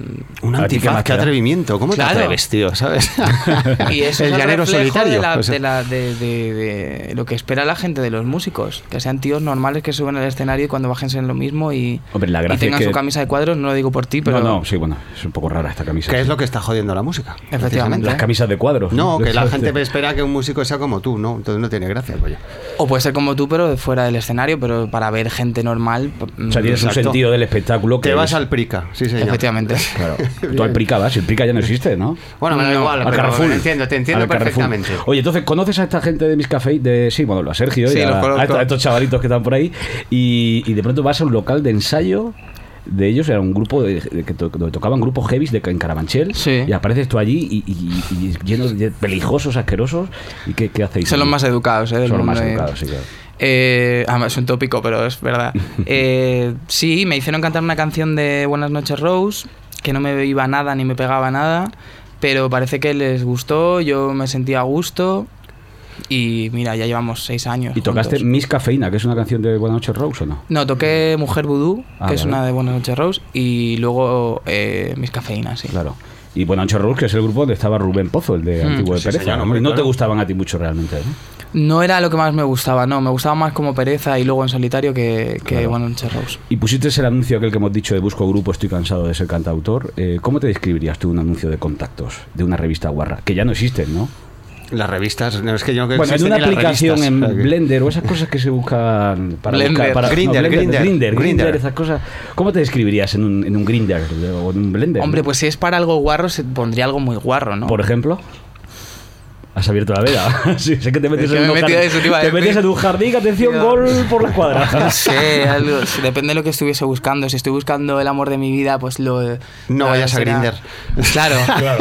[SPEAKER 3] un
[SPEAKER 2] A ti qué
[SPEAKER 3] antifaz,
[SPEAKER 2] más te
[SPEAKER 3] qué
[SPEAKER 2] da.
[SPEAKER 3] atrevimiento. ¿Cómo
[SPEAKER 5] Claro.
[SPEAKER 3] te atreves, tío? ¿Sabes?
[SPEAKER 5] Y
[SPEAKER 3] el
[SPEAKER 5] eso es el
[SPEAKER 3] llanero
[SPEAKER 5] reflejo
[SPEAKER 3] solitario. pues,
[SPEAKER 5] De, la-
[SPEAKER 3] o sea.
[SPEAKER 5] de la- de- de- de lo que espera la gente de los músicos. Que sean tíos normales que suben al escenario y cuando bajen sean lo mismo y,
[SPEAKER 2] Hombre, la
[SPEAKER 5] y
[SPEAKER 2] gracia es
[SPEAKER 5] tengan
[SPEAKER 2] que-
[SPEAKER 5] su camisa de cuadros. No lo digo por ti, pero.
[SPEAKER 2] No, no, sí, bueno, es un poco rara esta camisa.
[SPEAKER 3] ¿Qué
[SPEAKER 2] sí.
[SPEAKER 3] es lo que está jodiendo la música?
[SPEAKER 5] Efectivamente.
[SPEAKER 2] Las camisas de cuadros.
[SPEAKER 3] No, que la gente
[SPEAKER 2] Este-
[SPEAKER 3] espera que un músico sea como tú, ¿no? Entonces no tiene gracia, coño.
[SPEAKER 5] O puede ser como tú, pero fuera del escenario. Pero para ver gente normal. mm,
[SPEAKER 2] O sea, tienes un
[SPEAKER 3] Exacto.
[SPEAKER 2] sentido del espectáculo que.
[SPEAKER 3] Te vas al
[SPEAKER 2] es-
[SPEAKER 3] prica, sí señor.
[SPEAKER 5] Efectivamente.
[SPEAKER 2] Claro. Tú al Prica vas, el Prica ya no existe, ¿no?
[SPEAKER 3] Bueno, me da
[SPEAKER 5] No,
[SPEAKER 3] igual,
[SPEAKER 2] Al
[SPEAKER 3] pero
[SPEAKER 2] Carrefour.
[SPEAKER 3] te entiendo, te entiendo
[SPEAKER 2] Al Carrefour.
[SPEAKER 3] perfectamente.
[SPEAKER 2] Oye, entonces, ¿conoces a esta gente de mis cafés? De, sí, bueno, a Sergio
[SPEAKER 5] Sí,
[SPEAKER 2] y
[SPEAKER 5] los
[SPEAKER 2] a,
[SPEAKER 5] conozco.
[SPEAKER 2] a estos- a estos chavalitos que están por ahí. Y, y de pronto vas a un local de ensayo de ellos, era un grupo de, de- que to- donde tocaban grupos heavies de, en Carabanchel.
[SPEAKER 5] Sí.
[SPEAKER 2] Y apareces tú allí y, y- y- y llenos de peligrosos, asquerosos. ¿Y qué, qué hacéis?
[SPEAKER 5] Son los
[SPEAKER 2] allí?
[SPEAKER 5] más educados, ¿eh? Del
[SPEAKER 2] Son los más
[SPEAKER 5] mundo y-
[SPEAKER 2] educados, sí, claro.
[SPEAKER 5] Eh, además, es un tópico, pero es verdad. Eh, sí, me hicieron cantar una canción de Buenas noches Rose, que no me iba nada ni me pegaba nada, pero parece que les gustó, yo me sentía a gusto y mira, ya llevamos seis años.
[SPEAKER 2] ¿Y tocaste
[SPEAKER 5] juntos.
[SPEAKER 2] Miss Cafeína, que es una canción de Buenas noches Rose o no?
[SPEAKER 5] No, toqué Mujer Vudú,
[SPEAKER 2] Ah,
[SPEAKER 5] que es
[SPEAKER 2] vale.
[SPEAKER 5] una de Buenas noches Rose, y luego eh, Mis Cafeínas, sí.
[SPEAKER 2] Claro. Y bueno, Ancho Rose, que es el grupo donde estaba Rubén Pozo, el de
[SPEAKER 5] Mm.
[SPEAKER 2] Antiguo de
[SPEAKER 3] Sí,
[SPEAKER 2] Pereza.
[SPEAKER 3] señor,
[SPEAKER 2] ¿no?
[SPEAKER 3] hombre,
[SPEAKER 2] no te
[SPEAKER 3] claro.
[SPEAKER 2] gustaban a ti mucho realmente, ¿no?
[SPEAKER 5] No era lo que más me gustaba, no, me gustaba más como pereza y luego en solitario que, que
[SPEAKER 2] Claro.
[SPEAKER 5] Buenas noches Rose.
[SPEAKER 2] Y pusiste el anuncio aquel que hemos dicho de busco grupo, estoy cansado de ser cantautor. Eh, ¿Cómo te describirías tú un anuncio de contactos de una revista guarra? Que ya no existen, ¿no?
[SPEAKER 3] Las revistas, no es que yo no creo que
[SPEAKER 2] Bueno, en
[SPEAKER 3] existen
[SPEAKER 2] una
[SPEAKER 3] ni las
[SPEAKER 2] aplicación en
[SPEAKER 3] revistas, o sea que-
[SPEAKER 2] Blender o esas cosas que se buscan para
[SPEAKER 5] Blender.
[SPEAKER 2] buscar- para,
[SPEAKER 3] Grindr, Grindr,
[SPEAKER 2] Grinder,
[SPEAKER 3] Grindr.
[SPEAKER 2] esas cosas. ¿Cómo te describirías en un, en un Grinder o en un Blender?
[SPEAKER 5] Hombre,
[SPEAKER 2] ¿no?
[SPEAKER 5] pues si es para algo guarro, se pondría algo muy guarro, ¿no?
[SPEAKER 2] Por ejemplo. Has abierto la veda. sí, sé que te metes,
[SPEAKER 5] Es que
[SPEAKER 2] en,
[SPEAKER 5] me
[SPEAKER 2] un
[SPEAKER 5] he metido
[SPEAKER 2] jardín-
[SPEAKER 5] eso, te iba a
[SPEAKER 2] te
[SPEAKER 5] decir.
[SPEAKER 2] metes en un jardín, atención,
[SPEAKER 5] Tío.
[SPEAKER 2] gol por la
[SPEAKER 5] No
[SPEAKER 2] cuadra.
[SPEAKER 5] sé, algo, si depende de lo que estuviese buscando. Si estoy buscando el amor de mi vida, pues lo.
[SPEAKER 3] No
[SPEAKER 5] lo
[SPEAKER 3] vayas a
[SPEAKER 5] será.
[SPEAKER 3] Grindr.
[SPEAKER 5] Claro,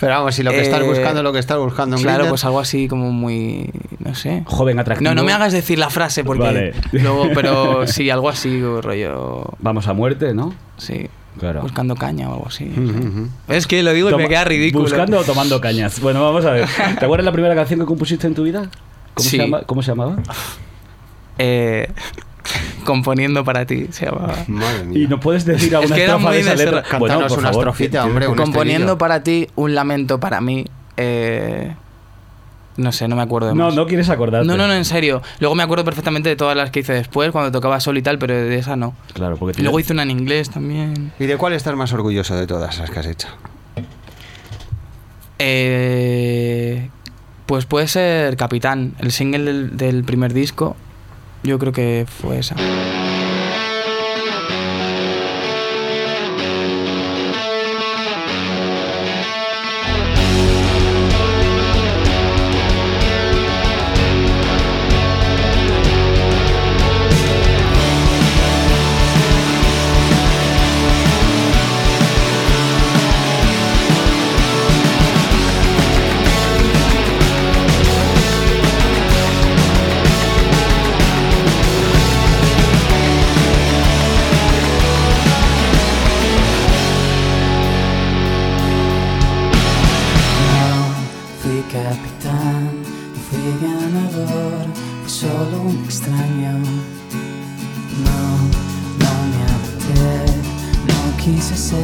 [SPEAKER 3] Pero vamos, si lo que estás
[SPEAKER 5] Eh,
[SPEAKER 3] buscando, lo que estás buscando en
[SPEAKER 5] claro,
[SPEAKER 3] Grindr-
[SPEAKER 5] pues algo así como muy. No sé.
[SPEAKER 2] Joven atractivo.
[SPEAKER 5] No, no me hagas decir la frase porque.
[SPEAKER 2] Vale.
[SPEAKER 5] Luego, pero sí, algo así, rollo.
[SPEAKER 2] Vamos a muerte, ¿no?
[SPEAKER 5] Sí.
[SPEAKER 2] Claro.
[SPEAKER 5] Buscando caña o algo así. no sé. Es que lo digo y
[SPEAKER 2] Toma-
[SPEAKER 5] me queda ridículo.
[SPEAKER 2] Buscando o tomando cañas. Bueno, vamos a ver. ¿Te acuerdas la primera canción que compusiste en tu vida? ¿Cómo,
[SPEAKER 5] Sí.
[SPEAKER 2] se, llama- cómo se llamaba?
[SPEAKER 5] Eh, componiendo para ti, se llamaba.
[SPEAKER 3] Madre
[SPEAKER 2] Y
[SPEAKER 3] mía.
[SPEAKER 2] no puedes decir a
[SPEAKER 5] Es
[SPEAKER 2] una
[SPEAKER 5] que era
[SPEAKER 2] estrofa
[SPEAKER 5] muy
[SPEAKER 2] de esa
[SPEAKER 5] de ser-
[SPEAKER 2] letra.
[SPEAKER 3] Cantanos una estrofita, hombre, un
[SPEAKER 5] componiendo
[SPEAKER 3] estribillo.
[SPEAKER 5] para ti, un lamento para mí. eh, No sé, no me acuerdo de
[SPEAKER 2] No,
[SPEAKER 5] más.
[SPEAKER 2] no quieres acordarte.
[SPEAKER 5] No, no, no, en serio. Luego me acuerdo perfectamente de todas las que hice después, cuando tocaba solo y tal, pero de esa no.
[SPEAKER 2] Claro, porque
[SPEAKER 5] Y luego hice una en inglés también.
[SPEAKER 3] ¿Y de cuál estás más orgulloso de todas las que has hecho?
[SPEAKER 5] Eh, pues puede ser Capitán, el single del, del primer disco. Yo creo que fue esa.
[SPEAKER 14] Fui capitán, no fui ganador, fui solo un extraño. No, no me adapté, no quise ser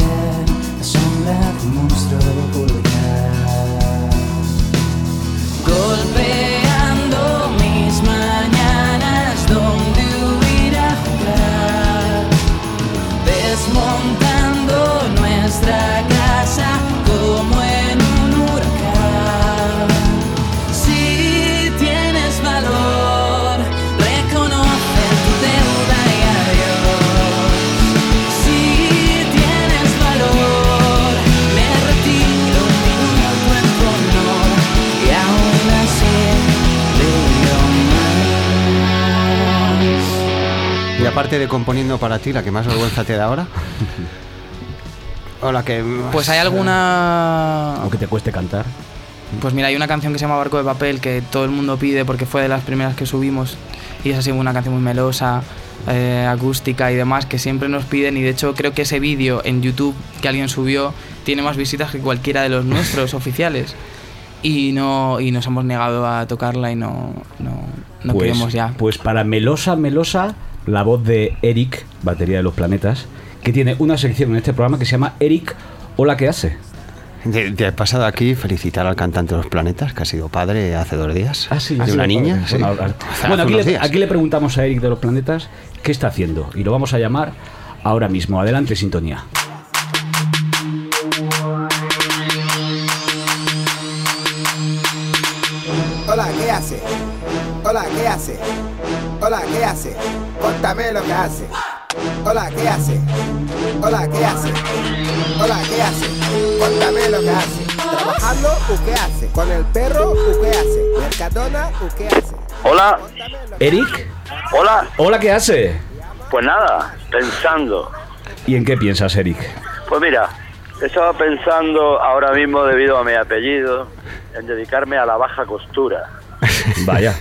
[SPEAKER 14] la sombra de un monstruo vulgar. Golpeando mis mañanas, donde hubiera jugar desmontando nuestra casa como en un huracán. Si tienes valor, reconoce tu deuda y adiós. Si tienes valor, me retiro un minuto en tu honor y aún así brillo más.
[SPEAKER 3] Y aparte de componiendo para ti, la que más vergüenza te da ahora. o la que. más-
[SPEAKER 5] Pues hay alguna.
[SPEAKER 2] Aunque te cueste cantar.
[SPEAKER 5] Pues mira, hay una canción que se llama Barco de Papel que todo el mundo pide porque fue de las primeras que subimos y es así una canción muy melosa, eh, acústica y demás que siempre nos piden y de hecho creo que ese vídeo en YouTube que alguien subió tiene más visitas que cualquiera de los nuestros oficiales y no y nos hemos negado a tocarla y no, no, no
[SPEAKER 2] pues,
[SPEAKER 5] queremos ya.
[SPEAKER 2] Pues para Melosa, Melosa, la voz de Eric, batería de los planetas, que tiene una sección en este programa que se llama Eric, hola, ¿qué hace?
[SPEAKER 3] De, de pasado aquí, felicitar al cantante de los planetas, que ha sido padre hace dos días. Ah, sí,
[SPEAKER 2] Ha
[SPEAKER 3] de
[SPEAKER 2] sido
[SPEAKER 3] una
[SPEAKER 2] padre.
[SPEAKER 3] niña. sí.
[SPEAKER 2] Bueno, ahora-
[SPEAKER 3] Hace
[SPEAKER 2] bueno, aquí
[SPEAKER 3] unos
[SPEAKER 2] le,
[SPEAKER 3] días.
[SPEAKER 2] aquí le preguntamos a Eric de los planetas qué está haciendo y lo vamos a llamar ahora mismo. Adelante, sintonía.
[SPEAKER 15] Hola, ¿qué hace? Hola, ¿qué hace? Hola, ¿qué hace? Contame lo que hace. Hola, ¿qué hace? Hola, ¿qué hace? Hola, ¿qué hace? Contame lo que hace. ¿Trabajando o qué hace? ¿Con el perro o qué hace? ¿Mercadona o qué hace?
[SPEAKER 16] Hola,
[SPEAKER 2] Eric,
[SPEAKER 16] hola,
[SPEAKER 2] hola, ¿qué hace?
[SPEAKER 16] pues nada, pensando.
[SPEAKER 2] ¿Y en qué piensas, Eric?
[SPEAKER 16] Pues mira, estaba pensando ahora mismo, debido a mi apellido, en dedicarme a la baja costura.
[SPEAKER 2] Vaya.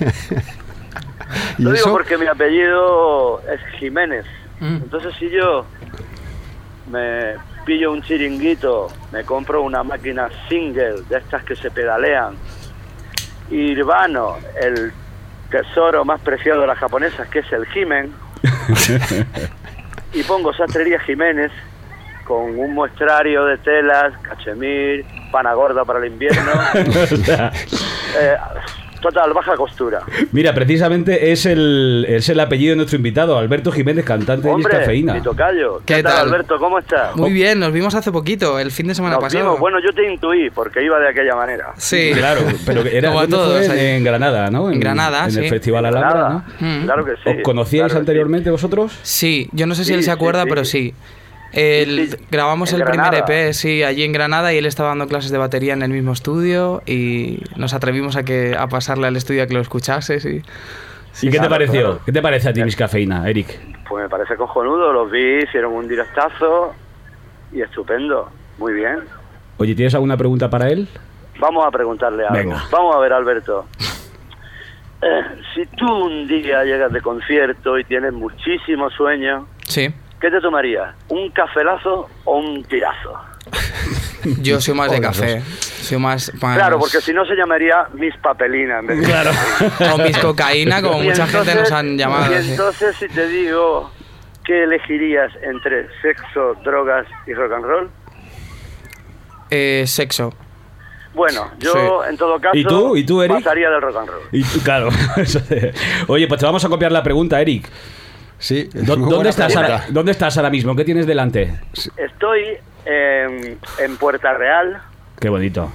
[SPEAKER 3] ¿Y
[SPEAKER 16] Lo digo
[SPEAKER 3] eso? Mm.
[SPEAKER 16] porque mi apellido es Jiménez. Entonces, si yo me pillo un chiringuito, me compro una máquina single de estas que se pedalean, y vano el tesoro más preciado de las japonesas, que es el Jimen, y pongo Sastrería Jiménez con un muestrario de telas, cachemir, pana gorda para el invierno.
[SPEAKER 2] O sea,
[SPEAKER 16] eh, total, baja costura.
[SPEAKER 2] Mira, precisamente es el, es el apellido de nuestro invitado, Alberto Jiménez, cantante de
[SPEAKER 16] Hombre,
[SPEAKER 2] Cafeína.
[SPEAKER 16] mi tocayo.
[SPEAKER 5] ¿Qué
[SPEAKER 16] ¿Qué, tal,
[SPEAKER 5] tal?
[SPEAKER 16] Alberto? ¿Cómo estás?
[SPEAKER 5] Muy bien, nos vimos hace poquito, el fin de semana
[SPEAKER 16] Nos
[SPEAKER 5] pasado.
[SPEAKER 16] vimos. Bueno, yo te intuí porque iba de aquella manera.
[SPEAKER 5] Sí.
[SPEAKER 2] Claro, pero que era
[SPEAKER 5] Como a
[SPEAKER 2] ¿dónde fue?
[SPEAKER 5] todos
[SPEAKER 2] en,
[SPEAKER 5] ahí.
[SPEAKER 2] Granada, ¿no?
[SPEAKER 5] En Granada,
[SPEAKER 2] En
[SPEAKER 5] sí.
[SPEAKER 2] el Festival
[SPEAKER 5] En
[SPEAKER 2] Alhambra,
[SPEAKER 5] Granada.
[SPEAKER 2] ¿no?
[SPEAKER 5] Mm.
[SPEAKER 16] Claro que
[SPEAKER 2] ¿Os conocíais anteriormente vosotros?
[SPEAKER 5] Sí, yo no sé si él
[SPEAKER 2] Sí,
[SPEAKER 5] se acuerda,
[SPEAKER 2] sí, sí.
[SPEAKER 5] pero sí. El- grabamos
[SPEAKER 2] en
[SPEAKER 5] el
[SPEAKER 2] Granada.
[SPEAKER 5] primer EP, sí, allí en Granada y él estaba dando clases de batería en el mismo estudio y nos atrevimos a que a pasarle al estudio a que lo escuchase, sí.
[SPEAKER 2] ¿Y qué te
[SPEAKER 5] claro,
[SPEAKER 2] pareció?
[SPEAKER 5] claro.
[SPEAKER 2] ¿Qué te parece a ti mis Cafeína, Eric?
[SPEAKER 16] Pues me parece cojonudo. Los vi, hicieron un directazo y estupendo. Muy bien.
[SPEAKER 2] Oye, ¿tienes alguna pregunta para él?
[SPEAKER 16] Vamos a preguntarle algo.
[SPEAKER 2] Venga.
[SPEAKER 16] Vamos a ver, Alberto. Eh, si tú un día llegas de concierto y tienes muchísimo sueño,
[SPEAKER 5] Sí.
[SPEAKER 16] ¿qué te tomarías? ¿Un cafelazo o un tirazo?
[SPEAKER 5] Yo soy más de café. Soy más, más-
[SPEAKER 16] Claro, porque si no se llamaría mis papelinas. en vez de-
[SPEAKER 5] Claro. O mis cocaína, como
[SPEAKER 16] Y
[SPEAKER 5] mucha gente nos han llamado,
[SPEAKER 16] Y
[SPEAKER 5] sí.
[SPEAKER 16] entonces, si te digo que elegirías entre sexo, drogas y rock and roll,
[SPEAKER 5] eh, sexo.
[SPEAKER 16] Bueno, yo
[SPEAKER 2] Sí.
[SPEAKER 16] en todo caso
[SPEAKER 2] ¿Y tú? ¿Y tú, Eric?
[SPEAKER 16] pasaría del rock and roll.
[SPEAKER 2] Y tú, claro. Oye, pues te vamos a copiar la pregunta, Eric.
[SPEAKER 3] Sí.
[SPEAKER 2] ¿Dónde
[SPEAKER 16] buena
[SPEAKER 2] estás,
[SPEAKER 16] pregunta.
[SPEAKER 2] ahora, ¿Dónde estás ahora mismo? ¿Qué tienes delante?
[SPEAKER 16] Estoy en, en Puerta Real
[SPEAKER 2] Qué bonito.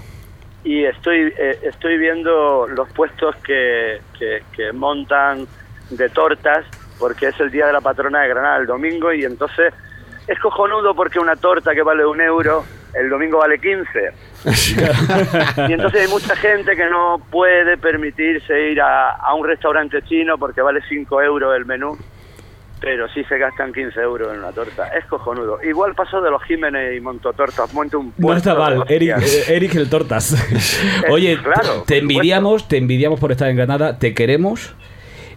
[SPEAKER 16] y estoy eh, estoy viendo los puestos que, que- que montan de tortas porque es el día de la patrona de Granada el domingo y entonces es cojonudo porque una torta que vale un euro el domingo vale 15 y entonces hay mucha gente que no puede permitirse ir a, a un restaurante chino porque vale 5 euros el menú, pero sí se gastan 15 euros en una torta. Es cojonudo. Igual pasó de los Jiménez y Montotortas. Monte un
[SPEAKER 2] No está
[SPEAKER 16] puerto,
[SPEAKER 2] mal, Eric, eh,
[SPEAKER 16] hostias.
[SPEAKER 2] Eric el Tortas. Oye,
[SPEAKER 16] Claro,
[SPEAKER 2] te
[SPEAKER 16] por
[SPEAKER 2] envidiamos, te envidiamos por estar en Granada, te queremos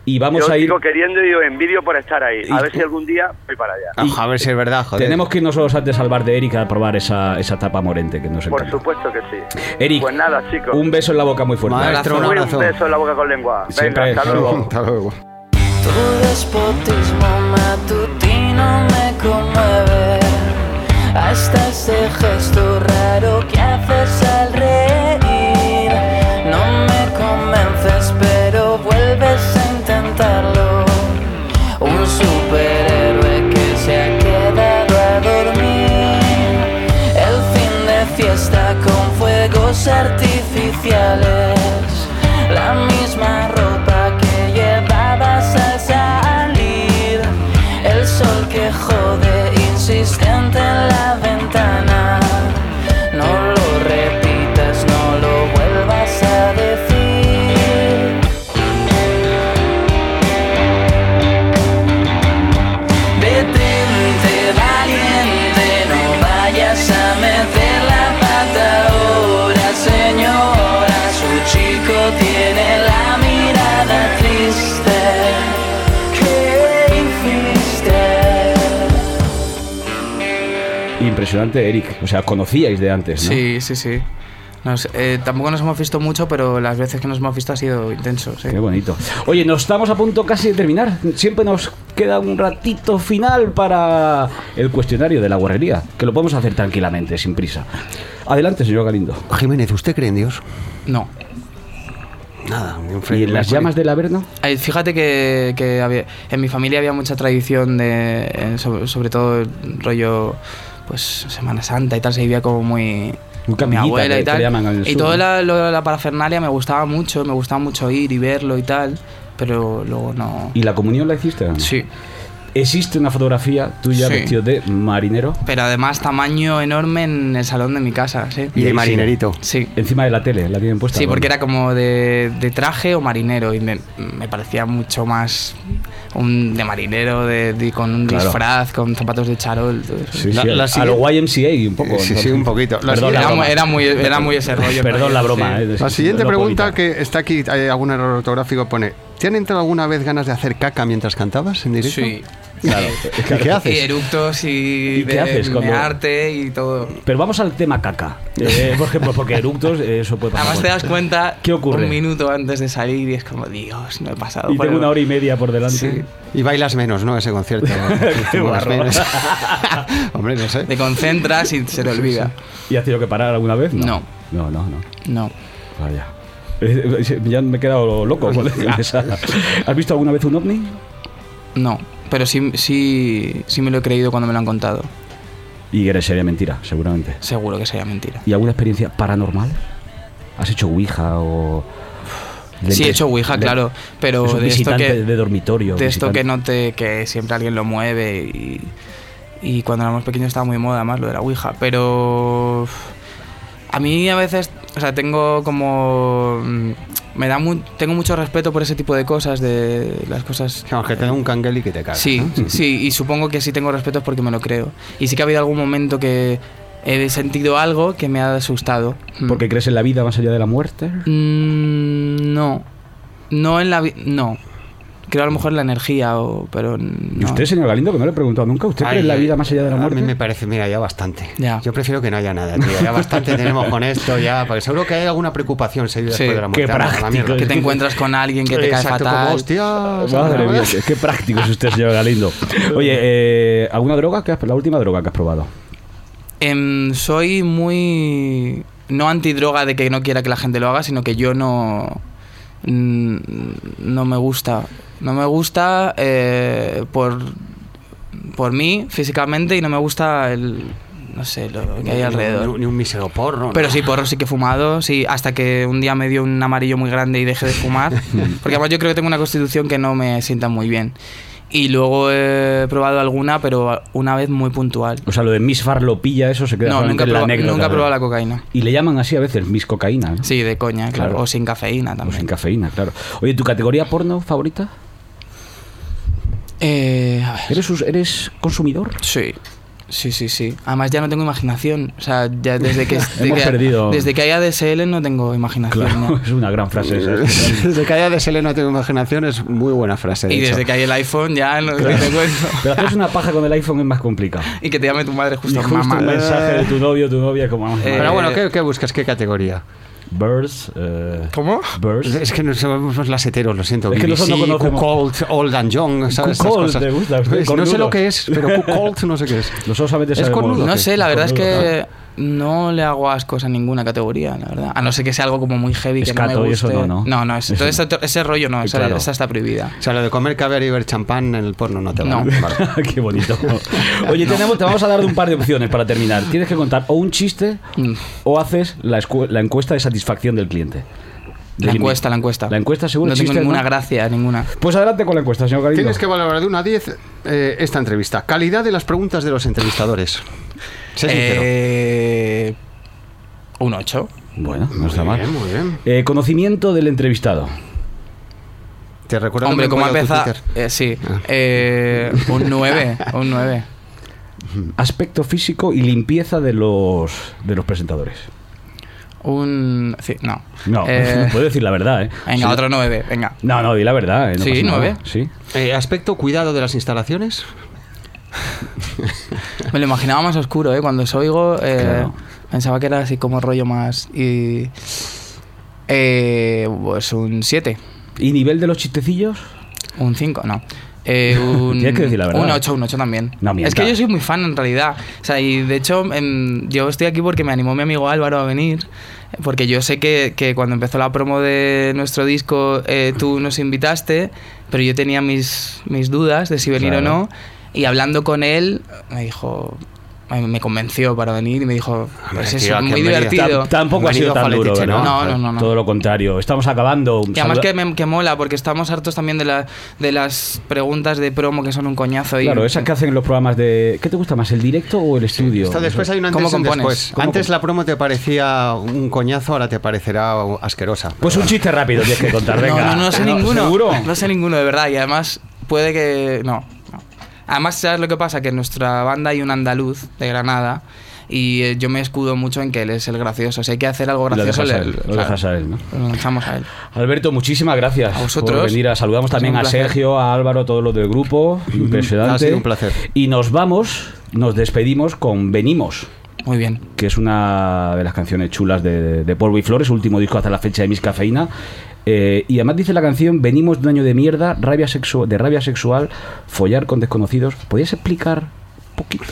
[SPEAKER 2] y vamos
[SPEAKER 16] yo
[SPEAKER 2] a ir.
[SPEAKER 16] sigo queriendo y os envidio por estar ahí. A
[SPEAKER 2] Y-
[SPEAKER 16] ver si algún día voy para allá.
[SPEAKER 3] a ver si es verdad, joder.
[SPEAKER 2] Tenemos que irnos solos antes al bar de Eric a probar esa, esa tapa morente que nos
[SPEAKER 16] Por
[SPEAKER 2] encanta.
[SPEAKER 16] supuesto que sí.
[SPEAKER 2] Eric,
[SPEAKER 16] pues nada, chicos.
[SPEAKER 2] Un beso en la boca muy fuerte.
[SPEAKER 16] Muy un beso en la boca con lengua. Venga,
[SPEAKER 2] Siempre-
[SPEAKER 16] hasta luego.
[SPEAKER 3] Hasta luego.
[SPEAKER 6] Tu despotismo matutino me conmueve Hasta ese gesto raro que haces al reír No me convences pero vuelves a intentarlo Un superhéroe que se ha quedado a dormir El fin de fiesta con fuegos artificiales la misma ropa que llevabas al salir, el sol que jode insistente en la ventana. No lo repitas, no lo vuelvas a decir. Detente valiente, no vayas a meter la pata ahora, señora. Su chico tiene la mirada triste. ¿Qué hiciste?
[SPEAKER 2] Impresionante, Eric. O sea, conocíais de antes, ¿no?
[SPEAKER 5] Sí, sí, sí. Nos- eh, tampoco nos hemos visto mucho, pero las veces que nos hemos visto ha sido intenso. sí.
[SPEAKER 2] Qué bonito. Oye, nos estamos a punto casi de terminar. Siempre nos queda un ratito final para el cuestionario de la guarrería, que lo podemos hacer tranquilamente, sin prisa. Adelante, señor Galindo.
[SPEAKER 3] Jiménez, ¿usted cree en Dios?
[SPEAKER 5] No.
[SPEAKER 3] Nada, ni un
[SPEAKER 2] ¿Y en las llamas del Averno?
[SPEAKER 5] Eh, Fíjate que, que había- en mi familia había mucha tradición de, eh, sobre, sobre todo el rollo, pues Semana Santa y tal, se vivía como muy...
[SPEAKER 2] Un
[SPEAKER 5] mi
[SPEAKER 2] capillita,
[SPEAKER 5] abuela
[SPEAKER 2] que-
[SPEAKER 5] y
[SPEAKER 2] que le llaman en
[SPEAKER 5] tal.
[SPEAKER 2] el
[SPEAKER 5] Y
[SPEAKER 2] sur,
[SPEAKER 5] toda
[SPEAKER 2] ¿no?
[SPEAKER 5] la, lo- la parafernalia me gustaba mucho, me gustaba mucho ir y verlo y tal, pero luego no...
[SPEAKER 2] ¿Y la comunión la hiciste? o no?
[SPEAKER 5] Sí.
[SPEAKER 2] ¿Existe una fotografía tuya
[SPEAKER 5] Sí.
[SPEAKER 2] vestido de marinero?
[SPEAKER 5] Pero además tamaño enorme en el salón de mi casa, sí.
[SPEAKER 2] ahí sí.
[SPEAKER 5] Sí.
[SPEAKER 2] Encima de la tele, la tienen puesta.
[SPEAKER 5] Sí, porque
[SPEAKER 2] ¿no?
[SPEAKER 5] era como de, de traje o marinero y me, me parecía mucho más un de marinero, de, de- con un
[SPEAKER 2] Claro.
[SPEAKER 5] disfraz, con zapatos de charol. todo eso.
[SPEAKER 2] Sí, sí, a- a lo YMCA un poco.
[SPEAKER 3] Sí, sí,
[SPEAKER 2] entonces.
[SPEAKER 3] un poquito. La
[SPEAKER 2] Perdón, la
[SPEAKER 5] era, mu-
[SPEAKER 2] broma.
[SPEAKER 5] era muy, era muy ese rollo.
[SPEAKER 2] Perdón la
[SPEAKER 5] sí.
[SPEAKER 2] broma. eh,
[SPEAKER 3] La
[SPEAKER 2] sí,
[SPEAKER 3] siguiente
[SPEAKER 2] no puedo
[SPEAKER 3] pregunta que está aquí, hay algún error ortográfico, pone, ¿te han entrado alguna vez ganas de hacer caca mientras cantabas en directo?
[SPEAKER 5] Sí.
[SPEAKER 2] Claro,
[SPEAKER 3] ¿Y
[SPEAKER 2] claro.
[SPEAKER 3] qué
[SPEAKER 5] Y
[SPEAKER 3] haces?
[SPEAKER 5] eructos y,
[SPEAKER 2] ¿Y qué
[SPEAKER 5] de
[SPEAKER 2] haces cuando-
[SPEAKER 5] mearte y todo.
[SPEAKER 2] Pero vamos al tema caca. Eh, por ejemplo, porque eructos, eh, eso puede pasar.
[SPEAKER 5] Además te das cuenta
[SPEAKER 2] ¿Qué ocurre?
[SPEAKER 5] un minuto antes de salir y es como, Dios, no he pasado.
[SPEAKER 2] Y
[SPEAKER 5] por
[SPEAKER 2] tengo
[SPEAKER 5] el-
[SPEAKER 2] una hora y media por delante.
[SPEAKER 5] Sí.
[SPEAKER 3] Y bailas menos, ¿no? Ese concierto.
[SPEAKER 2] Qué
[SPEAKER 3] Bailas
[SPEAKER 2] barro.
[SPEAKER 3] menos. Hombre, no sé.
[SPEAKER 5] Te concentras y se te olvida.
[SPEAKER 2] ¿Y has tenido que parar alguna vez?
[SPEAKER 5] No.
[SPEAKER 2] No, no, no.
[SPEAKER 5] No.
[SPEAKER 2] Vaya. Eh, eh, Ya me he quedado loco. con esa. ¿Has visto alguna vez un ovni?
[SPEAKER 5] No, pero sí, sí, sí me lo he creído cuando me lo han contado.
[SPEAKER 2] Y eres sería mentira, seguramente.
[SPEAKER 5] Seguro que sería mentira.
[SPEAKER 2] ¿Y alguna experiencia paranormal? ¿Has hecho Ouija o.?
[SPEAKER 5] sí, he hecho Ouija,
[SPEAKER 2] de-
[SPEAKER 5] claro, pero
[SPEAKER 2] es un
[SPEAKER 5] de esto
[SPEAKER 2] visitante
[SPEAKER 5] que
[SPEAKER 2] de dormitorio.
[SPEAKER 5] de esto
[SPEAKER 2] visitante-
[SPEAKER 5] que no te que siempre alguien lo mueve y, y cuando éramos pequeños estaba muy de moda más lo de la Ouija, pero a mí a veces, o sea, tengo como mm, me da mu- tengo mucho respeto por ese tipo de cosas de las cosas
[SPEAKER 3] Vamos, que te da un canguel y que te cagas.
[SPEAKER 5] Sí,
[SPEAKER 3] ¿no?
[SPEAKER 5] sí, y supongo que sí tengo respeto es porque me lo creo. Y sí que ha habido algún momento que he sentido algo que me ha asustado. Mm.
[SPEAKER 2] Porque crees en la vida más allá de la muerte.
[SPEAKER 5] Mm, no. No en la vi- No. Creo a lo mejor en la energía, o, pero.
[SPEAKER 2] Y usted, señor Galindo, que no le he preguntado nunca, ¿usted cree
[SPEAKER 3] Ay,
[SPEAKER 2] en la vida más allá de la
[SPEAKER 3] A mí
[SPEAKER 2] muerte?
[SPEAKER 3] me parece, mira, ya bastante.
[SPEAKER 5] Ya.
[SPEAKER 3] Yo prefiero que no haya nada, tío. Ya bastante tenemos con esto, ya. Porque seguro que hay alguna preocupación seguida
[SPEAKER 5] Sí,
[SPEAKER 3] después de la muerte.
[SPEAKER 2] qué
[SPEAKER 3] Ah, la
[SPEAKER 2] práctico.
[SPEAKER 3] mierda.
[SPEAKER 5] Que te encuentras con alguien que te cae
[SPEAKER 3] Exacto, como,
[SPEAKER 5] fatal. Ah,
[SPEAKER 3] hostia,
[SPEAKER 2] Madre mía, qué, qué práctico es usted, señor Galindo. Oye, eh, ¿alguna droga? Que has- la última droga que has probado.
[SPEAKER 5] Em, soy Em, muy. no antidroga de que no quiera que la gente lo haga, sino que yo no. mm, No me gusta. No me gusta eh, por, por mí físicamente y no me gusta el. No sé, lo que hay alrededor.
[SPEAKER 3] Ni, un mísero porro.
[SPEAKER 5] Pero sí, porro sí que he fumado, sí, hasta que un día me dio un amarillo muy grande y dejé de fumar. Porque además yo creo que tengo una constitución que no me sienta muy bien. Y luego he probado alguna, pero una vez muy puntual.
[SPEAKER 2] O sea, lo de Miss Farlo pilla, eso se queda
[SPEAKER 5] No,
[SPEAKER 2] solamente
[SPEAKER 5] nunca he,
[SPEAKER 2] en la
[SPEAKER 5] probado,
[SPEAKER 2] anécdota.
[SPEAKER 5] nunca he probado la cocaína.
[SPEAKER 2] Y le llaman así a veces Miss Cocaína. ¿no?
[SPEAKER 5] Sí, de coña, claro.
[SPEAKER 2] Claro.
[SPEAKER 5] O sin cafeína
[SPEAKER 2] O
[SPEAKER 5] también.
[SPEAKER 2] sin cafeína, claro. Oye, ¿tu categoría porno favorita?
[SPEAKER 5] Eh, a ver.
[SPEAKER 2] ¿Eres, us- ¿Eres consumidor?
[SPEAKER 5] Sí. Sí, sí, sí. Además ya no tengo imaginación. O sea, ya desde que...
[SPEAKER 2] Hemos
[SPEAKER 5] desde que-
[SPEAKER 2] perdido.
[SPEAKER 5] Desde que hay ADSL no tengo imaginación.
[SPEAKER 2] Claro,
[SPEAKER 5] ¿no?
[SPEAKER 2] es una gran frase esa.
[SPEAKER 3] desde que haya DSL no tengo imaginación es muy buena frase. de
[SPEAKER 5] Y
[SPEAKER 3] hecho.
[SPEAKER 5] desde que hay el iPhone ya no te cuento.
[SPEAKER 2] Pero haces una paja con el iPhone es más complicado.
[SPEAKER 5] Y que te llame tu madre justo,
[SPEAKER 2] Y justo
[SPEAKER 5] Pues mamá.
[SPEAKER 2] un mensaje de tu novio, tu novia, como...
[SPEAKER 5] Eh,
[SPEAKER 3] Pero bueno, ¿qué, qué buscas? ¿Qué categoría?
[SPEAKER 2] Birds. eh,
[SPEAKER 5] ¿Cómo?
[SPEAKER 2] Birds.
[SPEAKER 3] Es que no somos las heteros, lo siento.
[SPEAKER 2] Es que nosotros
[SPEAKER 3] BBC,
[SPEAKER 2] no conocemos.
[SPEAKER 3] Cuckold, Old and Young, ¿sabes? Esas
[SPEAKER 2] Cuckold,
[SPEAKER 3] cosas.
[SPEAKER 2] te gusta,
[SPEAKER 3] Pues No
[SPEAKER 2] cornudo.
[SPEAKER 3] sé lo que es, pero Cuckold no sé qué es.
[SPEAKER 2] Nosotros solamente
[SPEAKER 3] ¿Es
[SPEAKER 2] sabemos...
[SPEAKER 3] cornudo?
[SPEAKER 5] No sé, la
[SPEAKER 2] Es
[SPEAKER 5] verdad es
[SPEAKER 2] cornudo,
[SPEAKER 5] que no le hago ascos a ninguna categoría, la verdad. A no ser que sea algo como muy heavy que no
[SPEAKER 2] Escato
[SPEAKER 5] me
[SPEAKER 2] y eso
[SPEAKER 5] guste.
[SPEAKER 2] no, ¿no?
[SPEAKER 5] no, no, es-
[SPEAKER 2] Eso no.
[SPEAKER 5] todo ese, ese rollo no, esa,
[SPEAKER 2] Claro.
[SPEAKER 5] esa está prohibida.
[SPEAKER 3] O sea, lo de comer caviar y ver champán en el porno no te va.
[SPEAKER 5] No.
[SPEAKER 3] Vale.
[SPEAKER 2] Qué bonito. Oye, tenemos, te vamos a dar un par de opciones para terminar. Tienes que contar o un chiste
[SPEAKER 5] Mm,
[SPEAKER 2] o haces la, escu- la encuesta de satisfacción del cliente.
[SPEAKER 5] La
[SPEAKER 2] Del
[SPEAKER 5] encuesta, la encuesta.
[SPEAKER 2] La encuesta, seguro,
[SPEAKER 5] No tengo
[SPEAKER 2] existe,
[SPEAKER 5] ninguna
[SPEAKER 2] ¿no?
[SPEAKER 5] gracia, ninguna.
[SPEAKER 2] Pues adelante con la encuesta, señor Galindo.
[SPEAKER 3] Tienes que valorar de 1 a 10 eh, esta entrevista. Calidad de las preguntas de los entrevistadores. Sé sincero.
[SPEAKER 5] Eh, un 8.
[SPEAKER 2] Bueno, no está
[SPEAKER 3] Muy
[SPEAKER 2] mal.
[SPEAKER 3] bien, muy bien.
[SPEAKER 2] Eh, conocimiento del entrevistado.
[SPEAKER 3] Te recuerdo que
[SPEAKER 5] Hombre,
[SPEAKER 3] me
[SPEAKER 5] ¿cómo
[SPEAKER 3] he enrollado tu
[SPEAKER 5] empieza?
[SPEAKER 3] Twitter. Ah.
[SPEAKER 5] Eh, sí. Eh, un 9. Un 9.
[SPEAKER 2] Aspecto físico y limpieza de los, de los presentadores.
[SPEAKER 5] Un. sí, no.
[SPEAKER 2] No,
[SPEAKER 5] Eh,
[SPEAKER 2] puedo decir la verdad, ¿eh?
[SPEAKER 5] Venga,
[SPEAKER 2] Sí.
[SPEAKER 5] otro 9. Venga.
[SPEAKER 2] No, no, di la verdad. eh, no
[SPEAKER 5] Sí,
[SPEAKER 2] pasa nada.
[SPEAKER 5] nueve.
[SPEAKER 2] Sí.
[SPEAKER 3] Eh, aspecto cuidado de las instalaciones.
[SPEAKER 5] Me lo imaginaba más oscuro, ¿eh? Cuando os oigo, eh,
[SPEAKER 2] Claro.
[SPEAKER 5] pensaba que era así como rollo más. Y. Eh, pues un 7.
[SPEAKER 2] ¿Y nivel de los chistecillos?
[SPEAKER 5] Un 5, no. Eh, un,
[SPEAKER 2] Tienes que decir la verdad.
[SPEAKER 5] Un 8, un 8 también.
[SPEAKER 2] No mientas.
[SPEAKER 5] es que yo soy muy fan en realidad. O sea, y de hecho, em, yo estoy aquí porque me animó mi amigo Álvaro a venir. Porque yo sé que, que cuando empezó la promo de nuestro disco, eh, tú nos invitaste, pero yo tenía mis, mis dudas de si venir
[SPEAKER 2] Claro.
[SPEAKER 5] o no. Y hablando con él, me dijo. me- Me convenció para venir y me dijo: Pues
[SPEAKER 3] tío,
[SPEAKER 5] eso,
[SPEAKER 3] aquí
[SPEAKER 5] muy
[SPEAKER 3] en Mérida.
[SPEAKER 5] divertido.
[SPEAKER 2] Tam- tampoco ha
[SPEAKER 3] Bienvenido
[SPEAKER 2] sido tan
[SPEAKER 3] a
[SPEAKER 2] duro,
[SPEAKER 3] Faletiche,
[SPEAKER 2] ¿verdad?
[SPEAKER 5] ¿no? No, no, no, no.
[SPEAKER 2] Todo lo contrario. Estamos acabando.
[SPEAKER 5] Y además
[SPEAKER 2] Saluda-
[SPEAKER 5] que, me, que mola, porque estamos hartos también de, la, de las preguntas de promo que son un coñazo. Y,
[SPEAKER 2] Claro, esas que hacen en los programas de... ¿Qué te gusta más, el directo o el estudio?
[SPEAKER 3] Esto después hay un antes
[SPEAKER 5] ¿Cómo
[SPEAKER 3] y un
[SPEAKER 5] compones?
[SPEAKER 3] después.
[SPEAKER 5] ¿Cómo
[SPEAKER 3] antes
[SPEAKER 5] comp-
[SPEAKER 3] la promo te parecía un coñazo, ahora te parecerá asquerosa.
[SPEAKER 2] Pues un chiste rápido tienes que contar, venga.
[SPEAKER 5] No, no, no sé ninguno.
[SPEAKER 2] ¿Seguro?
[SPEAKER 5] No sé ninguno, de verdad. Y además, puede que. No. no. Además, ¿sabes lo que pasa? Que en nuestra banda hay un andaluz de Granada. Y eh, yo me escudo mucho en que él es el gracioso. Si hay que hacer algo
[SPEAKER 2] Lo
[SPEAKER 5] gracioso,
[SPEAKER 2] dejas,
[SPEAKER 5] le,
[SPEAKER 2] a él, lo
[SPEAKER 5] claro,
[SPEAKER 2] dejas a él, ¿no?
[SPEAKER 5] lo lanzamos a él.
[SPEAKER 2] Alberto, muchísimas gracias
[SPEAKER 5] A vosotros.
[SPEAKER 2] por venir. Saludamos
[SPEAKER 5] Ha sido
[SPEAKER 2] también
[SPEAKER 5] un
[SPEAKER 2] a
[SPEAKER 5] placer.
[SPEAKER 2] Sergio, a Álvaro, todos los del grupo. Impresionante.
[SPEAKER 3] Ha sido un placer.
[SPEAKER 2] Y nos vamos, nos despedimos con Venimos,
[SPEAKER 5] Muy bien.
[SPEAKER 2] que es una de las canciones chulas de, de Polvo y Flores, último disco hasta la fecha de Miss Cafeína. Eh, y además dice la canción Venimos de un año de mierda, rabia sexu- de rabia sexual, follar con desconocidos. ¿Podrías explicar un poquito?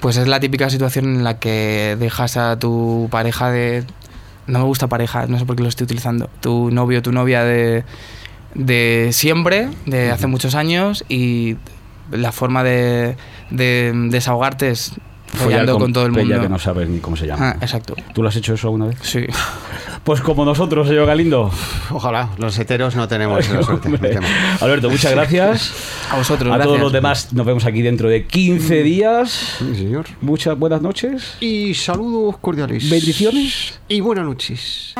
[SPEAKER 5] Pues es la típica situación en la que dejas a tu pareja de... No me gusta pareja, no sé por qué lo estoy utilizando. Tu novio, tu novia de, de siempre, de hace muchos años, y la forma de, de desahogarte es follando con, todo el
[SPEAKER 2] pella
[SPEAKER 5] mundo.
[SPEAKER 2] que no sabes ni cómo se llama.
[SPEAKER 5] Ah, exacto.
[SPEAKER 2] ¿Tú lo has hecho eso alguna vez?
[SPEAKER 5] Sí.
[SPEAKER 2] Pues como nosotros, señor Galindo.
[SPEAKER 3] Ojalá, los heteros no tenemos esa suerte. me
[SPEAKER 2] Hombre.
[SPEAKER 3] temo.
[SPEAKER 2] Alberto, muchas gracias.
[SPEAKER 5] A vosotros.
[SPEAKER 2] A todos
[SPEAKER 5] gracias. Mm.
[SPEAKER 2] los demás nos vemos aquí dentro de 15 días.
[SPEAKER 3] Sí, señor.
[SPEAKER 2] Muchas buenas noches.
[SPEAKER 3] Y saludos cordiales.
[SPEAKER 2] Bendiciones.
[SPEAKER 3] Y buenas noches.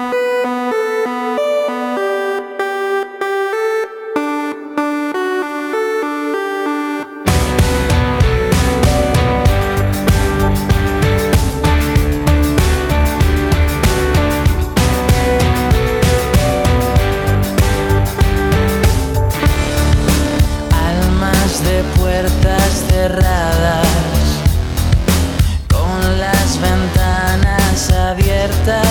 [SPEAKER 6] Almas de puertas cerradas, con las ventanas abiertas,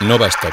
[SPEAKER 2] No basta